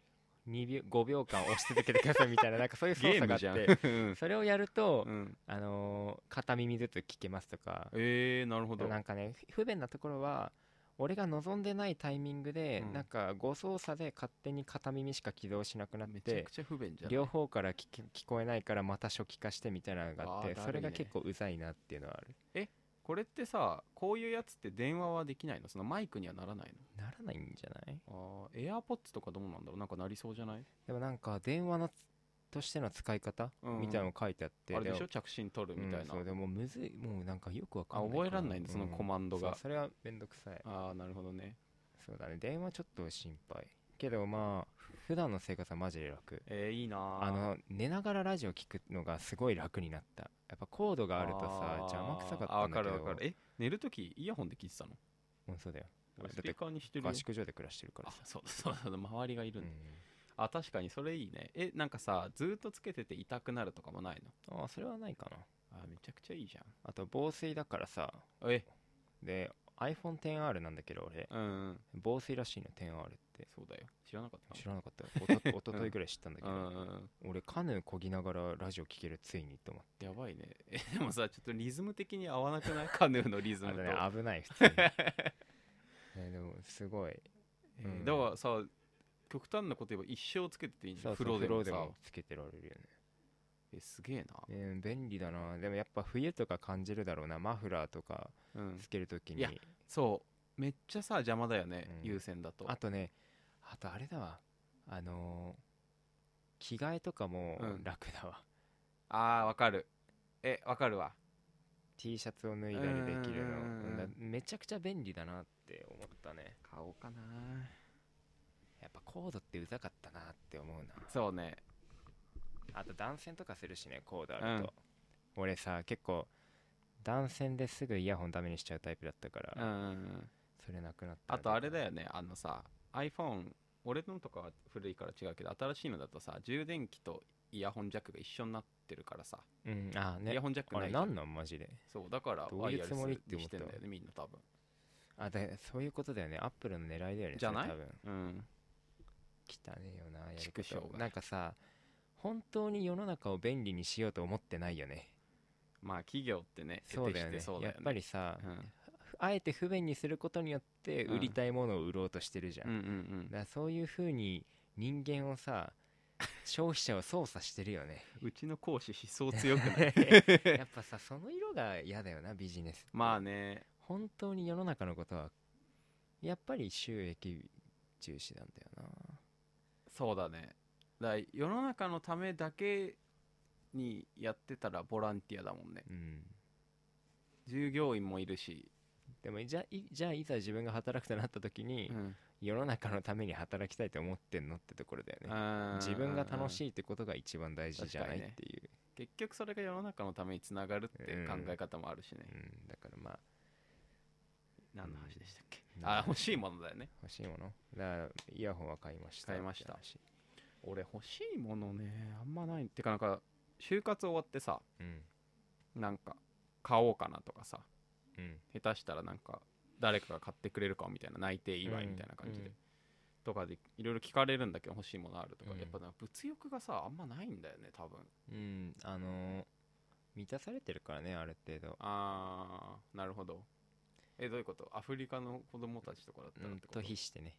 [SPEAKER 1] 2秒5秒間押し続けてくださいみた いななんかそういう操
[SPEAKER 2] ゲ
[SPEAKER 1] 作
[SPEAKER 2] ー
[SPEAKER 1] があ
[SPEAKER 2] ム
[SPEAKER 1] っ
[SPEAKER 2] じゃん、
[SPEAKER 1] て
[SPEAKER 2] うん
[SPEAKER 1] それをやると、
[SPEAKER 2] うん、
[SPEAKER 1] あのー片耳ずつ聞けますとか
[SPEAKER 2] えー、なるほど
[SPEAKER 1] なんかね不便なところは俺が望んでないタイミングで、
[SPEAKER 2] うん
[SPEAKER 1] なんか誤操作で勝手に片耳しか起動しなくなっ
[SPEAKER 2] めちゃ
[SPEAKER 1] て
[SPEAKER 2] くちゃ不便じゃん
[SPEAKER 1] 両方から聞き聞こえないからまた初期化してみたいなのがあって
[SPEAKER 2] あーだるいね
[SPEAKER 1] それが結構うざいなっていうのはある
[SPEAKER 2] これってさこういうやつって電話はできないのそのマイクにはならないの
[SPEAKER 1] ならないんじゃない
[SPEAKER 2] ああ、AirPods とかどうなんだろうなんかなりそうじゃない
[SPEAKER 1] でもなんか電話のつとしての使い方、
[SPEAKER 2] うんうん
[SPEAKER 1] みたいなの書いてあって
[SPEAKER 2] あれでし
[SPEAKER 1] も
[SPEAKER 2] ょ着信取るみた
[SPEAKER 1] う
[SPEAKER 2] い
[SPEAKER 1] ん
[SPEAKER 2] な。
[SPEAKER 1] そうでもむずいもうなんかよくわか
[SPEAKER 2] あ、
[SPEAKER 1] んない
[SPEAKER 2] 覚えらんないんだ、その
[SPEAKER 1] うん
[SPEAKER 2] コマンド
[SPEAKER 1] そ
[SPEAKER 2] が
[SPEAKER 1] う。それはめんどくさい
[SPEAKER 2] ああ、なるほどね。
[SPEAKER 1] そうだね電話ちょっと心配けどまあ普段の生活はマジで楽
[SPEAKER 2] えー、いいなー
[SPEAKER 1] あの寝ながらラジオ聞くのがすごい楽になったやっぱコードがあるとさ邪魔くさかったんだけど
[SPEAKER 2] あーわかるわかる。え、寝るときイヤホンで聞いてたの
[SPEAKER 1] うんそうだよ
[SPEAKER 2] 俺
[SPEAKER 1] だ
[SPEAKER 2] ス
[SPEAKER 1] って
[SPEAKER 2] ピーカーにしてるよ
[SPEAKER 1] 合。宿所で暮らしてるから
[SPEAKER 2] あ
[SPEAKER 1] さ、
[SPEAKER 2] そうだそうだそうだ、周りがいる
[SPEAKER 1] うん
[SPEAKER 2] だ。
[SPEAKER 1] ん
[SPEAKER 2] あ、確かにそれいいね。え、なんかさ、ずーっとつけてて痛くなるとかもないの
[SPEAKER 1] ああそれはないかな
[SPEAKER 2] あー、めちゃくちゃいいじゃ
[SPEAKER 1] あと防水だからさ
[SPEAKER 2] ん。え、
[SPEAKER 1] で iPhone10R なんだけど俺
[SPEAKER 2] うんうん。
[SPEAKER 1] 防水らしいの 10R って
[SPEAKER 2] そうだよ。知らなかった。
[SPEAKER 1] 知らなかったおとおとといぐらい知ったんだけ
[SPEAKER 2] う
[SPEAKER 1] ど、
[SPEAKER 2] んうんうん。
[SPEAKER 1] 俺カヌーこぎながらラジオ聴けるついにと思っ
[SPEAKER 2] やばいね。え、でもさ、ちょっとリズム的に合わなくない カヌーのリズ
[SPEAKER 1] てあ
[SPEAKER 2] ムと。
[SPEAKER 1] れだね危ない普 通に、ねでもすごい
[SPEAKER 2] え
[SPEAKER 1] うん
[SPEAKER 2] ーだからさ極端なこと言えば一生つけてていいんだ
[SPEAKER 1] そう
[SPEAKER 2] よ
[SPEAKER 1] そ
[SPEAKER 2] 風
[SPEAKER 1] う
[SPEAKER 2] 呂でもさ
[SPEAKER 1] つけてられるよ
[SPEAKER 2] えすげえな、
[SPEAKER 1] ね、うん、便利だなでもやっぱ冬とか感じるだろうなマフラーとか
[SPEAKER 2] うん、
[SPEAKER 1] つけるとき
[SPEAKER 2] い
[SPEAKER 1] に
[SPEAKER 2] やそうめっちゃさ邪魔だよね、
[SPEAKER 1] うん
[SPEAKER 2] 優先だと
[SPEAKER 1] あとねあとあれだわあのー着替えとかも
[SPEAKER 2] うん
[SPEAKER 1] 楽だわ、
[SPEAKER 2] あーわかるえわかるわ
[SPEAKER 1] T シャツを脱いだりできるの
[SPEAKER 2] うんうんうん
[SPEAKER 1] うんだめちゃくちゃ便利だなって思ったね
[SPEAKER 2] 買おうかな
[SPEAKER 1] やっぱコードってうざかったなって思うな
[SPEAKER 2] そうね
[SPEAKER 1] あと断線とかするしねコードあると、俺さ結構断線ですぐイヤホンダメにしちゃうタイプだったから、
[SPEAKER 2] うんうんうん
[SPEAKER 1] それなくなった
[SPEAKER 2] あとあれだ
[SPEAKER 1] よ
[SPEAKER 2] よねあのさ iPhone 俺のとかは古いから違うけど新しいのだとさ充電器とイヤホンジャックが一緒になってるからさ、
[SPEAKER 1] うんあーね
[SPEAKER 2] イヤホンジャック
[SPEAKER 1] あ
[SPEAKER 2] な
[SPEAKER 1] れ
[SPEAKER 2] いじゃ
[SPEAKER 1] なんんなんマジで
[SPEAKER 2] そうだから
[SPEAKER 1] どういうつもりって思
[SPEAKER 2] し
[SPEAKER 1] ってた
[SPEAKER 2] んだよねみんな多分
[SPEAKER 1] あだそういうことだよねアップルの狙いだよねそれ
[SPEAKER 2] じゃない
[SPEAKER 1] 多分
[SPEAKER 2] うん
[SPEAKER 1] 汚ねえよなやり
[SPEAKER 2] 畜生
[SPEAKER 1] 方
[SPEAKER 2] が
[SPEAKER 1] なんかさ本当に世の中を便利にしようと思ってないよね
[SPEAKER 2] まあ企業ってね
[SPEAKER 1] そうだよ
[SPEAKER 2] 得
[SPEAKER 1] ね
[SPEAKER 2] てしてそうだ
[SPEAKER 1] や
[SPEAKER 2] よ
[SPEAKER 1] っ
[SPEAKER 2] ね
[SPEAKER 1] ぱりさ、
[SPEAKER 2] うん
[SPEAKER 1] あえて不便にすることによって
[SPEAKER 2] うん
[SPEAKER 1] 売りたいものを売ろうとしてるじゃん、
[SPEAKER 2] うん
[SPEAKER 1] だ
[SPEAKER 2] うんうん
[SPEAKER 1] からそういうふうに人間を さ消費者を操作してるよね
[SPEAKER 2] うちの講師思想強くない
[SPEAKER 1] やっぱさその色が嫌だよなビジネスって
[SPEAKER 2] まあね
[SPEAKER 1] 本当に世の中のことはやっぱり収益重視なんだよな
[SPEAKER 2] そうだねだから世の中のためだけにやってたらボランティアだもんね
[SPEAKER 1] うん
[SPEAKER 2] 従業員もいるし、
[SPEAKER 1] でもじゃあいじゃあいざ自分が働くとなった時に、
[SPEAKER 2] うん
[SPEAKER 1] 世の中のために働きたいと思ってんのってところだよね自分が楽しいってことが一番大事じゃない
[SPEAKER 2] うん
[SPEAKER 1] っていう、
[SPEAKER 2] 結局それが世の中のためにつながるって考え方もあるしね、
[SPEAKER 1] うん、だからまあ
[SPEAKER 2] 何の話でしたっけ、
[SPEAKER 1] うん
[SPEAKER 2] あ欲しいものだよね
[SPEAKER 1] 欲しいものだからイヤホンは買いました
[SPEAKER 2] 買いました
[SPEAKER 1] って話
[SPEAKER 2] 俺欲しいものねあんまないてかなんか就活終わってさ
[SPEAKER 1] うん
[SPEAKER 2] なんか買おうかなとかさ
[SPEAKER 1] うん
[SPEAKER 2] 下手したらなんか誰かが買ってくれるかもみたいな内定祝いみたいな感じで、
[SPEAKER 1] うんうん
[SPEAKER 2] とかでいろいろ聞かれるんだけど欲しいものあるとか、
[SPEAKER 1] うん
[SPEAKER 2] やっぱなんか物欲がさあんまないんだよね多分
[SPEAKER 1] うんあのー満たされてるからねある程度
[SPEAKER 2] あーなるほどえどういうことアフリカの子供たちとかだった
[SPEAKER 1] う
[SPEAKER 2] らっ
[SPEAKER 1] ん
[SPEAKER 2] てこと
[SPEAKER 1] と比してね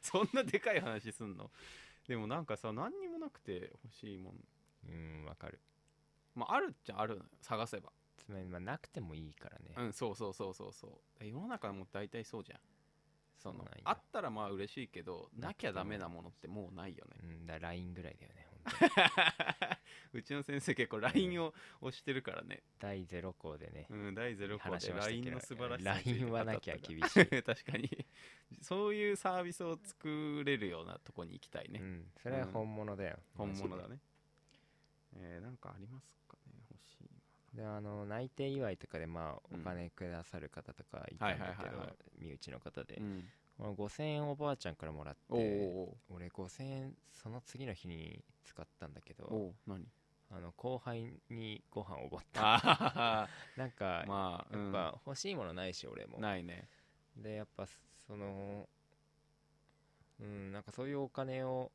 [SPEAKER 2] そんなでかい話すんのでもなんかさ何にもなくて欲しいもん
[SPEAKER 1] うんわかる
[SPEAKER 2] まああるっちゃあるのよ探せば
[SPEAKER 1] つまりまあなくてもいいからね、
[SPEAKER 2] うんそうそうそうそうそう世の中も大体そうじゃんそ
[SPEAKER 1] そう
[SPEAKER 2] の
[SPEAKER 1] なんよ
[SPEAKER 2] あったらまあ嬉しいけどなきゃダメなものってもうないよね
[SPEAKER 1] うん、だから LINE ぐらいだよね 本当に
[SPEAKER 2] うちの先生結構 LINE を押してるからね、
[SPEAKER 1] 第0項でね、
[SPEAKER 2] うん、第0項
[SPEAKER 1] 話し
[SPEAKER 2] で
[SPEAKER 1] ましたけど
[SPEAKER 2] LINE の素晴らしさについて
[SPEAKER 1] LINE はなきゃ
[SPEAKER 2] 語った
[SPEAKER 1] 厳しい、
[SPEAKER 2] から 確かにそういうサービスを作れるようなとこに行きたいうね、
[SPEAKER 1] ん、それは本物だよ、
[SPEAKER 2] 本物だ
[SPEAKER 1] マ
[SPEAKER 2] ねえー、なんかありますかね欲しい
[SPEAKER 1] ジでであの内定祝いとかでまあ
[SPEAKER 2] う
[SPEAKER 1] お
[SPEAKER 2] ん
[SPEAKER 1] 金くださる方とかいたんだけ
[SPEAKER 2] はいはい
[SPEAKER 1] ど
[SPEAKER 2] はいはい
[SPEAKER 1] 身内の方で
[SPEAKER 2] も、の、うん、
[SPEAKER 1] この5000円おばあちゃんからもらっ
[SPEAKER 2] おう
[SPEAKER 1] て俺5000円その次の日に使ったんだけ
[SPEAKER 2] おうおう
[SPEAKER 1] ど
[SPEAKER 2] おう 何
[SPEAKER 1] あの後輩にご飯おごった
[SPEAKER 2] あ
[SPEAKER 1] なんか
[SPEAKER 2] あ まあ、
[SPEAKER 1] や
[SPEAKER 2] う
[SPEAKER 1] っ
[SPEAKER 2] ん、
[SPEAKER 1] ぱ欲しいものないし俺も
[SPEAKER 2] ないね
[SPEAKER 1] でやっぱそのうんなんかそういうお金を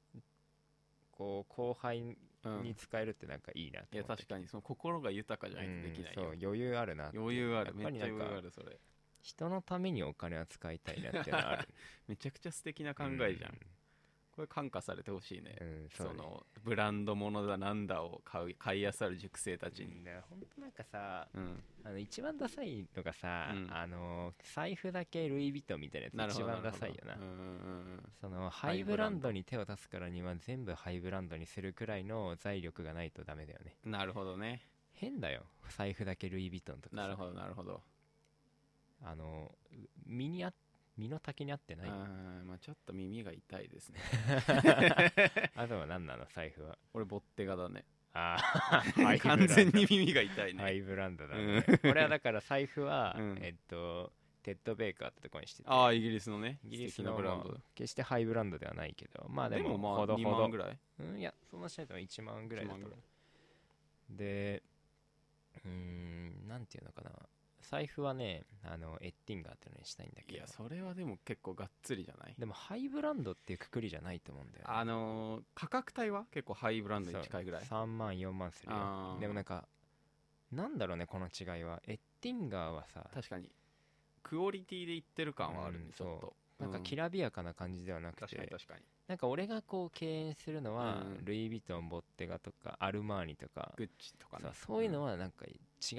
[SPEAKER 1] こう後輩
[SPEAKER 2] うん
[SPEAKER 1] に使えるってなんかいいなと
[SPEAKER 2] いや
[SPEAKER 1] 思って、
[SPEAKER 2] 確かにその心が豊かじゃないとできないよ
[SPEAKER 1] うん、そう余裕あるなって
[SPEAKER 2] 余裕ある
[SPEAKER 1] やっ
[SPEAKER 2] め
[SPEAKER 1] ぱ
[SPEAKER 2] っ
[SPEAKER 1] り
[SPEAKER 2] ち
[SPEAKER 1] な
[SPEAKER 2] ゃ
[SPEAKER 1] ん
[SPEAKER 2] 余
[SPEAKER 1] か
[SPEAKER 2] 裕あるそれ
[SPEAKER 1] 人のためにお金は使いたいなっていうのはある
[SPEAKER 2] めちゃくちゃ素敵な 考えじゃん、これ感化されてほしいね、
[SPEAKER 1] うん、うん
[SPEAKER 2] そ
[SPEAKER 1] そうね
[SPEAKER 2] のブランド物だなんだを買う買いあさる塾生たち
[SPEAKER 1] うん
[SPEAKER 2] に
[SPEAKER 1] だからほんとなんかさ
[SPEAKER 2] うん
[SPEAKER 1] あの一番ダサいのがさ、
[SPEAKER 2] うん
[SPEAKER 1] あの財布だけルイ・ヴィトンみたいな
[SPEAKER 2] な
[SPEAKER 1] や
[SPEAKER 2] る
[SPEAKER 1] つ
[SPEAKER 2] ほ
[SPEAKER 1] 一
[SPEAKER 2] ど
[SPEAKER 1] 番
[SPEAKER 2] る
[SPEAKER 1] ダ
[SPEAKER 2] ほど
[SPEAKER 1] サいよな
[SPEAKER 2] うんうん
[SPEAKER 1] そのハ
[SPEAKER 2] ハイ
[SPEAKER 1] イブ
[SPEAKER 2] ブラ
[SPEAKER 1] ラ
[SPEAKER 2] ンド
[SPEAKER 1] ンドに手を出すからには全部ハイブランドにするくらいの財力がないとダメだよね
[SPEAKER 2] うんなるほどね
[SPEAKER 1] 変だよ財布だけルイ・ヴィトンとかさ
[SPEAKER 2] なるほどなるほど
[SPEAKER 1] あの身にあ身の丈に合ってない
[SPEAKER 2] あーまあちょっと耳が痛い ですね
[SPEAKER 1] あとは何なの財布は
[SPEAKER 2] 俺ボッテガだね
[SPEAKER 1] ああ ハイブランド
[SPEAKER 2] 完全に耳が痛いね、
[SPEAKER 1] ハイブランドだ
[SPEAKER 2] うん
[SPEAKER 1] ねこれはだから財布は、
[SPEAKER 2] うん
[SPEAKER 1] えっとテッド・ベーカーってとこにしてて
[SPEAKER 2] ああイギリスのね
[SPEAKER 1] イギリス
[SPEAKER 2] 素敵
[SPEAKER 1] の
[SPEAKER 2] なブランド
[SPEAKER 1] ま
[SPEAKER 2] だ
[SPEAKER 1] あ決してハイブランドではないけどまあで
[SPEAKER 2] で
[SPEAKER 1] も
[SPEAKER 2] もま
[SPEAKER 1] ほ
[SPEAKER 2] あ
[SPEAKER 1] ど
[SPEAKER 2] 2
[SPEAKER 1] ほ
[SPEAKER 2] 万
[SPEAKER 1] ど
[SPEAKER 2] ぐらい
[SPEAKER 1] うんいやそんなしないと1万ぐらいだと
[SPEAKER 2] 1
[SPEAKER 1] 思う
[SPEAKER 2] 万ぐらい
[SPEAKER 1] でうーんなんていうのかな財布はねあのエッティンガーってのにしたいんだ
[SPEAKER 2] い
[SPEAKER 1] けど
[SPEAKER 2] やそれはでも結構がっつりじゃない
[SPEAKER 1] でもハイブランドっていうくくりじゃないと思うんだよね、
[SPEAKER 2] あのー価格帯は結構ハイブランド
[SPEAKER 1] そう
[SPEAKER 2] に近いぐらい
[SPEAKER 1] 3万4万する
[SPEAKER 2] あ
[SPEAKER 1] よ
[SPEAKER 2] ー
[SPEAKER 1] でもなんかなんだろうねこの違いはエッティンガーはさ
[SPEAKER 2] 確かにクオリティでいってる感はあるね、
[SPEAKER 1] うん
[SPEAKER 2] ちょっと
[SPEAKER 1] なんか
[SPEAKER 2] う
[SPEAKER 1] きらびやかな感じではなく
[SPEAKER 2] 確かに
[SPEAKER 1] て
[SPEAKER 2] 確かに
[SPEAKER 1] なんか俺がこう敬遠するのは
[SPEAKER 2] うん
[SPEAKER 1] ルイ・ヴィトンボッテガとかアルマーニとか
[SPEAKER 2] グッチとかね
[SPEAKER 1] そうそういうのはなんか違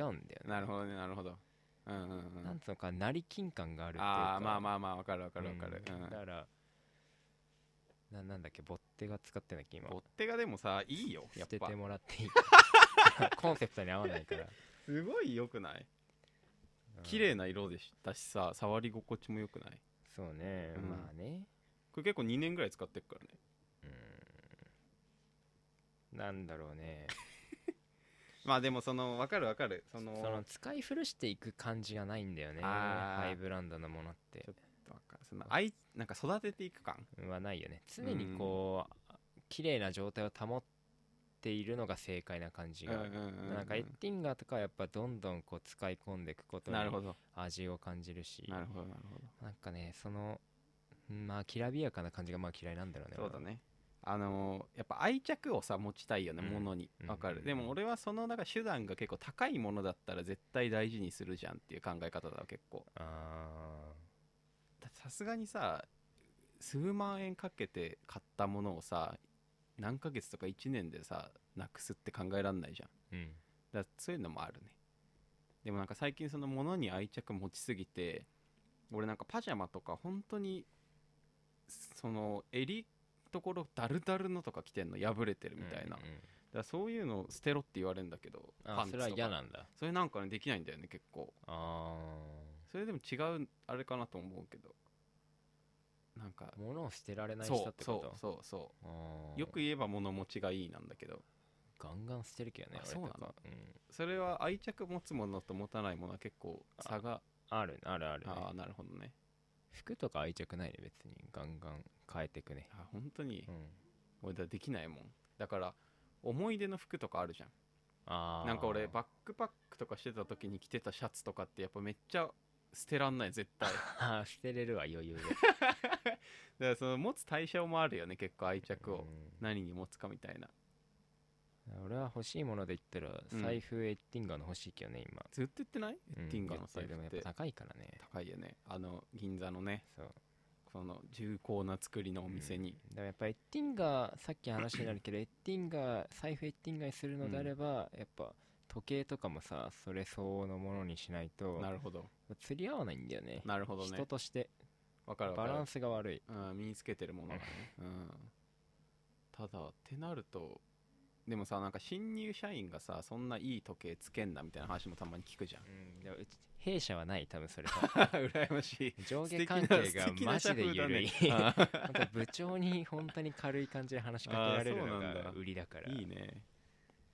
[SPEAKER 1] うんだよね
[SPEAKER 2] うんなるほどねなるほどうんうんうん
[SPEAKER 1] なんつうのかなり金感があるっていうか
[SPEAKER 2] ああまあまあまあわかるわかるわかる、
[SPEAKER 1] う
[SPEAKER 2] うんん
[SPEAKER 1] だからななんだっけボッテガ使ってんだっけ今
[SPEAKER 2] ボッテがでもさいいよや
[SPEAKER 1] 捨
[SPEAKER 2] ってぱ
[SPEAKER 1] てもらってい いからコンセプトに合わないから
[SPEAKER 2] すごい良くない
[SPEAKER 1] うん
[SPEAKER 2] 綺麗な色でしたしさ触り心地も良くない
[SPEAKER 1] そうね、
[SPEAKER 2] うん
[SPEAKER 1] まあね
[SPEAKER 2] これ結構2年ぐらい使ってるからね
[SPEAKER 1] うんなんだろうね
[SPEAKER 2] まあでもそのわかるわかるそ
[SPEAKER 1] そ
[SPEAKER 2] の
[SPEAKER 1] の使い古していく感じがないんだよね
[SPEAKER 2] あー
[SPEAKER 1] ハイブランドのものって
[SPEAKER 2] ちょわかるそのあいなんか育てていく感
[SPEAKER 1] はないよね常にこう綺麗な状態を保っているのが正解な感じがある、なんかエッティンガーとかはやっぱどんどんこう使い込んでいくことに
[SPEAKER 2] なるほど
[SPEAKER 1] 味を感じるし
[SPEAKER 2] なるほどなるほど
[SPEAKER 1] なんかねそのうんまあきらびやかな感じがまあ嫌いなんだろうね
[SPEAKER 2] そうだね。あのーやっぱ愛着をさ持ちたいよね、
[SPEAKER 1] うん
[SPEAKER 2] ものに
[SPEAKER 1] うん
[SPEAKER 2] わかる、
[SPEAKER 1] うん
[SPEAKER 2] でも俺はそのなんか手段が結構高いものだったら絶対大事にするじゃんっていう考え方だわ結構
[SPEAKER 1] あ
[SPEAKER 2] ださすがにさ数万円かけて買ったものをさ何ヶ月とか1年でさなくすって考えらんないじゃん
[SPEAKER 1] ーうん
[SPEAKER 2] だそういうのもあるねでもなんか最近その物に愛着持ちすぎて俺なんかパジャマとか本当にその襟ところダルダルのとか着てんの破れてるみたいな、
[SPEAKER 1] うんう
[SPEAKER 2] だ
[SPEAKER 1] んうん
[SPEAKER 2] からそういうの捨てろって言われるんだけど
[SPEAKER 1] あーそれは
[SPEAKER 2] と
[SPEAKER 1] 嫌
[SPEAKER 2] か
[SPEAKER 1] なんだ
[SPEAKER 2] それなんかねできないんだよね結構
[SPEAKER 1] あ
[SPEAKER 2] それでも違うあれかなと思うけどなんか
[SPEAKER 1] ー物を捨てられない
[SPEAKER 2] そ
[SPEAKER 1] 人
[SPEAKER 2] う
[SPEAKER 1] ってこ
[SPEAKER 2] そ
[SPEAKER 1] と
[SPEAKER 2] うそうそ
[SPEAKER 1] あ
[SPEAKER 2] う
[SPEAKER 1] ー
[SPEAKER 2] よく言えば物持ちがいいなんだけど
[SPEAKER 1] ガンガン捨てるけどね
[SPEAKER 2] あ
[SPEAKER 1] 俺
[SPEAKER 2] そうな
[SPEAKER 1] とか
[SPEAKER 2] の
[SPEAKER 1] うん
[SPEAKER 2] それは愛着持つものと持たないものは結構差が
[SPEAKER 1] あるあるあるね、
[SPEAKER 2] ああなるほどね
[SPEAKER 1] 服とか愛着ないね別にガンガン変えてくね
[SPEAKER 2] あ本当に
[SPEAKER 1] うん
[SPEAKER 2] 俺だできないもんだから思い出の服とかあるじゃん
[SPEAKER 1] あー
[SPEAKER 2] なんか俺バックパックとかしてた時に着てたシャツとかってやっぱめっちゃ捨てらんない絶 対だ か
[SPEAKER 1] あー捨てれるわ余 裕で
[SPEAKER 2] らその持つ対象もあるよね結構愛着
[SPEAKER 1] う
[SPEAKER 2] を
[SPEAKER 1] ん
[SPEAKER 2] 何に持つかみたいな
[SPEAKER 1] 俺は欲しいもので言ったら
[SPEAKER 2] うん
[SPEAKER 1] 財布エッティンガーの欲しいけどね今
[SPEAKER 2] ずっと言ってないエッティンガー
[SPEAKER 1] うん
[SPEAKER 2] の財布
[SPEAKER 1] でもや
[SPEAKER 2] っ
[SPEAKER 1] っぱ
[SPEAKER 2] て
[SPEAKER 1] 高いからね
[SPEAKER 2] 高いよねあの銀座のね
[SPEAKER 1] そう
[SPEAKER 2] この重厚な作りのお店に、
[SPEAKER 1] でもやっぱエッティンガーさっき話になるけどエッティンガー財布エッティンガーにするのであれば、やっぱ時計とかもさそれ相応のものにしないと
[SPEAKER 2] なるほど
[SPEAKER 1] 釣り合わないんだよね
[SPEAKER 2] なるほどね
[SPEAKER 1] 人として
[SPEAKER 2] わか
[SPEAKER 1] バ
[SPEAKER 2] るわかる
[SPEAKER 1] ランスが悪い
[SPEAKER 2] うん、身につけてるものがね、うん、ただってなるとでもさなんか新入社員がさそんないい時計つけんなみたいな話もたまに聞く じゃん
[SPEAKER 1] うんでもうち弊社はない多分それ
[SPEAKER 2] 羨ましい
[SPEAKER 1] 上下
[SPEAKER 2] 素敵
[SPEAKER 1] 関
[SPEAKER 2] な
[SPEAKER 1] 係
[SPEAKER 2] 素
[SPEAKER 1] が
[SPEAKER 2] 敵な
[SPEAKER 1] マジで
[SPEAKER 2] 社風
[SPEAKER 1] 緩い、
[SPEAKER 2] だね
[SPEAKER 1] なんか部長に本当に軽い感じで話しかけられるの
[SPEAKER 2] あーそうなん
[SPEAKER 1] が
[SPEAKER 2] だ
[SPEAKER 1] 売りだから
[SPEAKER 2] いいね